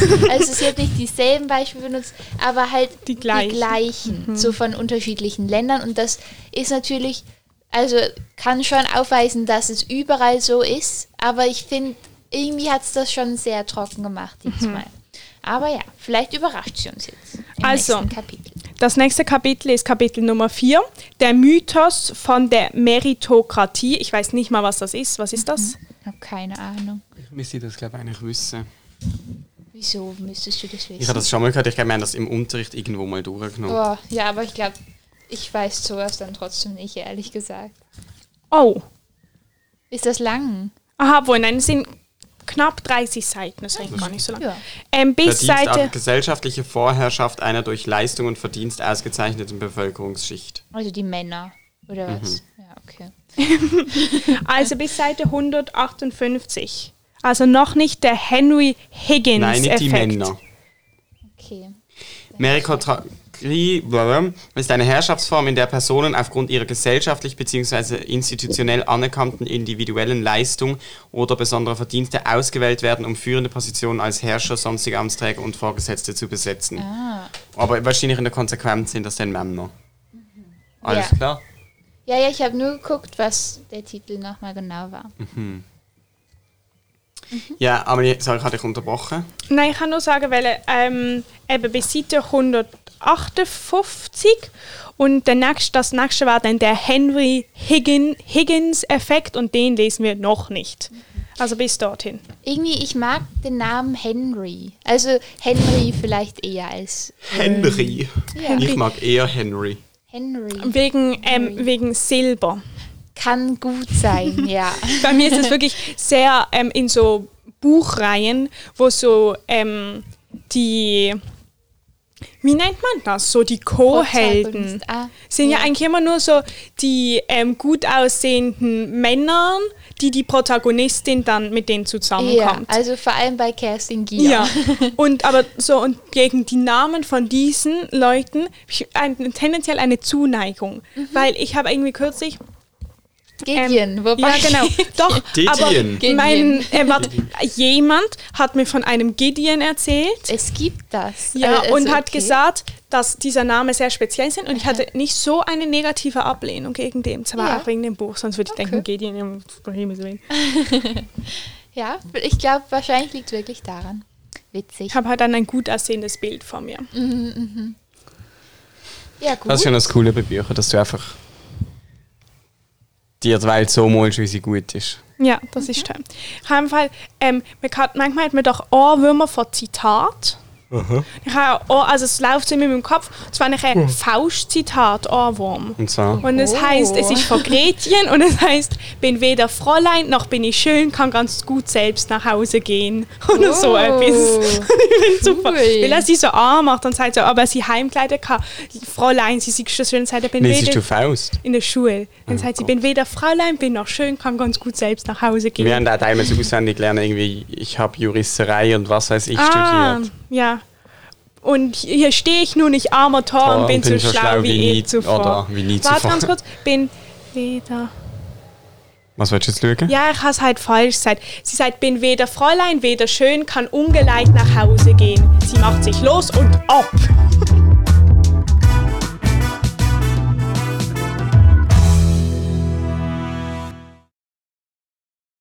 Speaker 2: *laughs* Also sie hat nicht dieselben Beispiele benutzt, aber halt
Speaker 3: Die gleichen. Mhm.
Speaker 2: gleichen, so von unterschiedlichen Ländern. Und das ist natürlich, also kann schon aufweisen, dass es überall so ist, aber ich finde, irgendwie hat es das schon sehr trocken gemacht
Speaker 3: Mhm.
Speaker 2: diesmal. Aber ja, vielleicht überrascht sie uns jetzt im
Speaker 3: Also.
Speaker 2: nächsten Kapitel.
Speaker 3: Das nächste Kapitel ist Kapitel Nummer 4, der Mythos von der Meritokratie. Ich weiß nicht mal, was das ist. Was ist das?
Speaker 2: Ich habe keine Ahnung.
Speaker 1: Ich müsste das, glaube ich, eigentlich wissen.
Speaker 2: Wieso müsstest du das wissen?
Speaker 1: Ich habe das schon mal gehört. Ich glaube, wir haben das im Unterricht irgendwo mal durchgenommen.
Speaker 2: Boah, ja, aber ich glaube, ich weiß sowas dann trotzdem nicht, ehrlich gesagt.
Speaker 3: Oh,
Speaker 2: Ist das lang?
Speaker 3: aha, wohl, nein, es sind knapp 30 Seiten, das ist gar nicht so lang.
Speaker 2: Ja.
Speaker 3: Ähm, bis
Speaker 1: Verdienst
Speaker 3: Seite
Speaker 1: ab gesellschaftliche Vorherrschaft einer durch Leistung und Verdienst ausgezeichneten Bevölkerungsschicht.
Speaker 2: Also die Männer, oder was? Ja, okay.
Speaker 3: Also bis Seite 158. Also noch nicht der Henry Higgins.
Speaker 1: Nein, nicht die
Speaker 3: Effekt.
Speaker 1: Männer.
Speaker 2: Okay.
Speaker 1: Meritokratie blablabla, ist eine Herrschaftsform, in der Personen aufgrund ihrer gesellschaftlich bzw. institutionell anerkannten individuellen Leistung oder besonderer Verdienste ausgewählt werden, um führende Positionen als Herrscher, sonstige Amtsträger und Vorgesetzte zu besetzen.
Speaker 2: Ah.
Speaker 1: Aber wahrscheinlich in der Konsequenz sind das dann Männer. Alles
Speaker 2: Mhm. Ja.
Speaker 1: klar?
Speaker 2: Ja, ja, ich habe nur geguckt, was der Titel nochmal genau war.
Speaker 1: Ja, aber ich, sorry, ich hatte dich unterbrochen.
Speaker 3: Nein, ich kann nur sagen, weil ähm, eben bis Seite 158 und der nächste, das nächste war dann der Henry Higgin, Higgins-Effekt und den lesen wir noch nicht. Also bis dorthin.
Speaker 2: Irgendwie, ich mag den Namen Henry. Also Henry vielleicht eher als
Speaker 1: Henry.
Speaker 3: Ähm,
Speaker 2: Ja.
Speaker 1: Ich mag eher Henry.
Speaker 2: Henry.
Speaker 3: Wegen, ähm, wegen Silber.
Speaker 2: Kann gut
Speaker 3: *laughs*
Speaker 2: sein, ja.
Speaker 3: bei mir ist es wirklich sehr ähm, in so Buchreihen, wo so ähm, die, wie nennt man das, so die Co-Helden.
Speaker 2: Protagonist, ah,
Speaker 3: Oh, sind ja.
Speaker 2: ja.
Speaker 3: eigentlich immer nur so die ähm, gut aussehenden Männer, die die Protagonistin dann mit denen
Speaker 2: ja,
Speaker 3: zusammenkommt.
Speaker 2: also vor allem bei Kerstin Gier.
Speaker 3: Ja. Und aber so und gegen die Namen von diesen Leuten habe ich ein, tendenziell eine Zuneigung, weil ich habe irgendwie kürzlich
Speaker 2: Gideon, wobei.
Speaker 3: ja, genau. Doch,
Speaker 1: Gideon.
Speaker 3: aber mein, äh, warte, jemand hat mir von einem Gideon erzählt
Speaker 2: *laughs* Es gibt das.
Speaker 3: ja,
Speaker 2: Also,
Speaker 3: und
Speaker 2: also,
Speaker 3: hat
Speaker 2: okay.
Speaker 3: gesagt, dass dieser Name sehr speziell sind und ich hatte nicht so eine negative Ablehnung gegen den, zwar
Speaker 2: Ja.
Speaker 3: auch wegen dem Buch, sonst würde ich denken, Gideon, im Himmels Willen.
Speaker 2: Ja, ich glaube, wahrscheinlich liegt es wirklich daran. Witzig.
Speaker 3: Ich habe halt dann ein gut aussehendes Bild vor mir.
Speaker 2: Ja, gut.
Speaker 1: Das ist ja das Coole bei Büchern, dass du einfach dir die Welt so malst, wie sie gut ist.
Speaker 3: Ja, das ist
Speaker 2: Mhm.
Speaker 3: toll. Ich habe im Fall, ähm, man kann, manchmal hat man doch Ohrwürmer von Zitat. Ich habe auch Ohr, also es läuft so immer im Kopf, und zwar habe ich ein Faustzitat, Ohrwurm.
Speaker 1: Und zwar.
Speaker 3: Und es
Speaker 2: Oh.
Speaker 3: heißt, es ist von Gretchen und es heißt, bin weder Fräulein noch bin ich schön, kann ganz gut selbst nach Hause gehen. *laughs* Oder so
Speaker 2: Oh.
Speaker 3: etwas. *laughs* ich finde super.
Speaker 2: Ui.
Speaker 3: Weil er sie so arm macht und sagt so, aber sie heimkleiden kann. Fräulein, sie sieht schon Oh schön, sagt er, bin
Speaker 1: Nein, siehst
Speaker 3: weder
Speaker 1: du Faust.
Speaker 3: in der Schule. Dann sagt sie,
Speaker 1: Gott.
Speaker 3: bin weder Fräulein, bin noch schön, kann ganz gut selbst nach Hause gehen.
Speaker 1: Wir haben da teilweise auswendig gelernt, irgendwie, ich habe Juristerei und was weiß ich
Speaker 3: ah,
Speaker 1: studiert.
Speaker 3: ja. Und hier stehe ich nun, ich armer Tor,
Speaker 1: Tor
Speaker 3: und bin, so schlau wie, nie eh zuvor.
Speaker 1: oder wie nie
Speaker 3: Warte
Speaker 1: zuvor.
Speaker 3: ganz kurz, bin weder
Speaker 1: Was willst du jetzt schauen?
Speaker 3: Ja, ich habe es halt falsch gesagt. Sie sagt, bin weder Fräulein, weder schön, kann ungeleicht nach Hause gehen. Sie macht sich los und ab.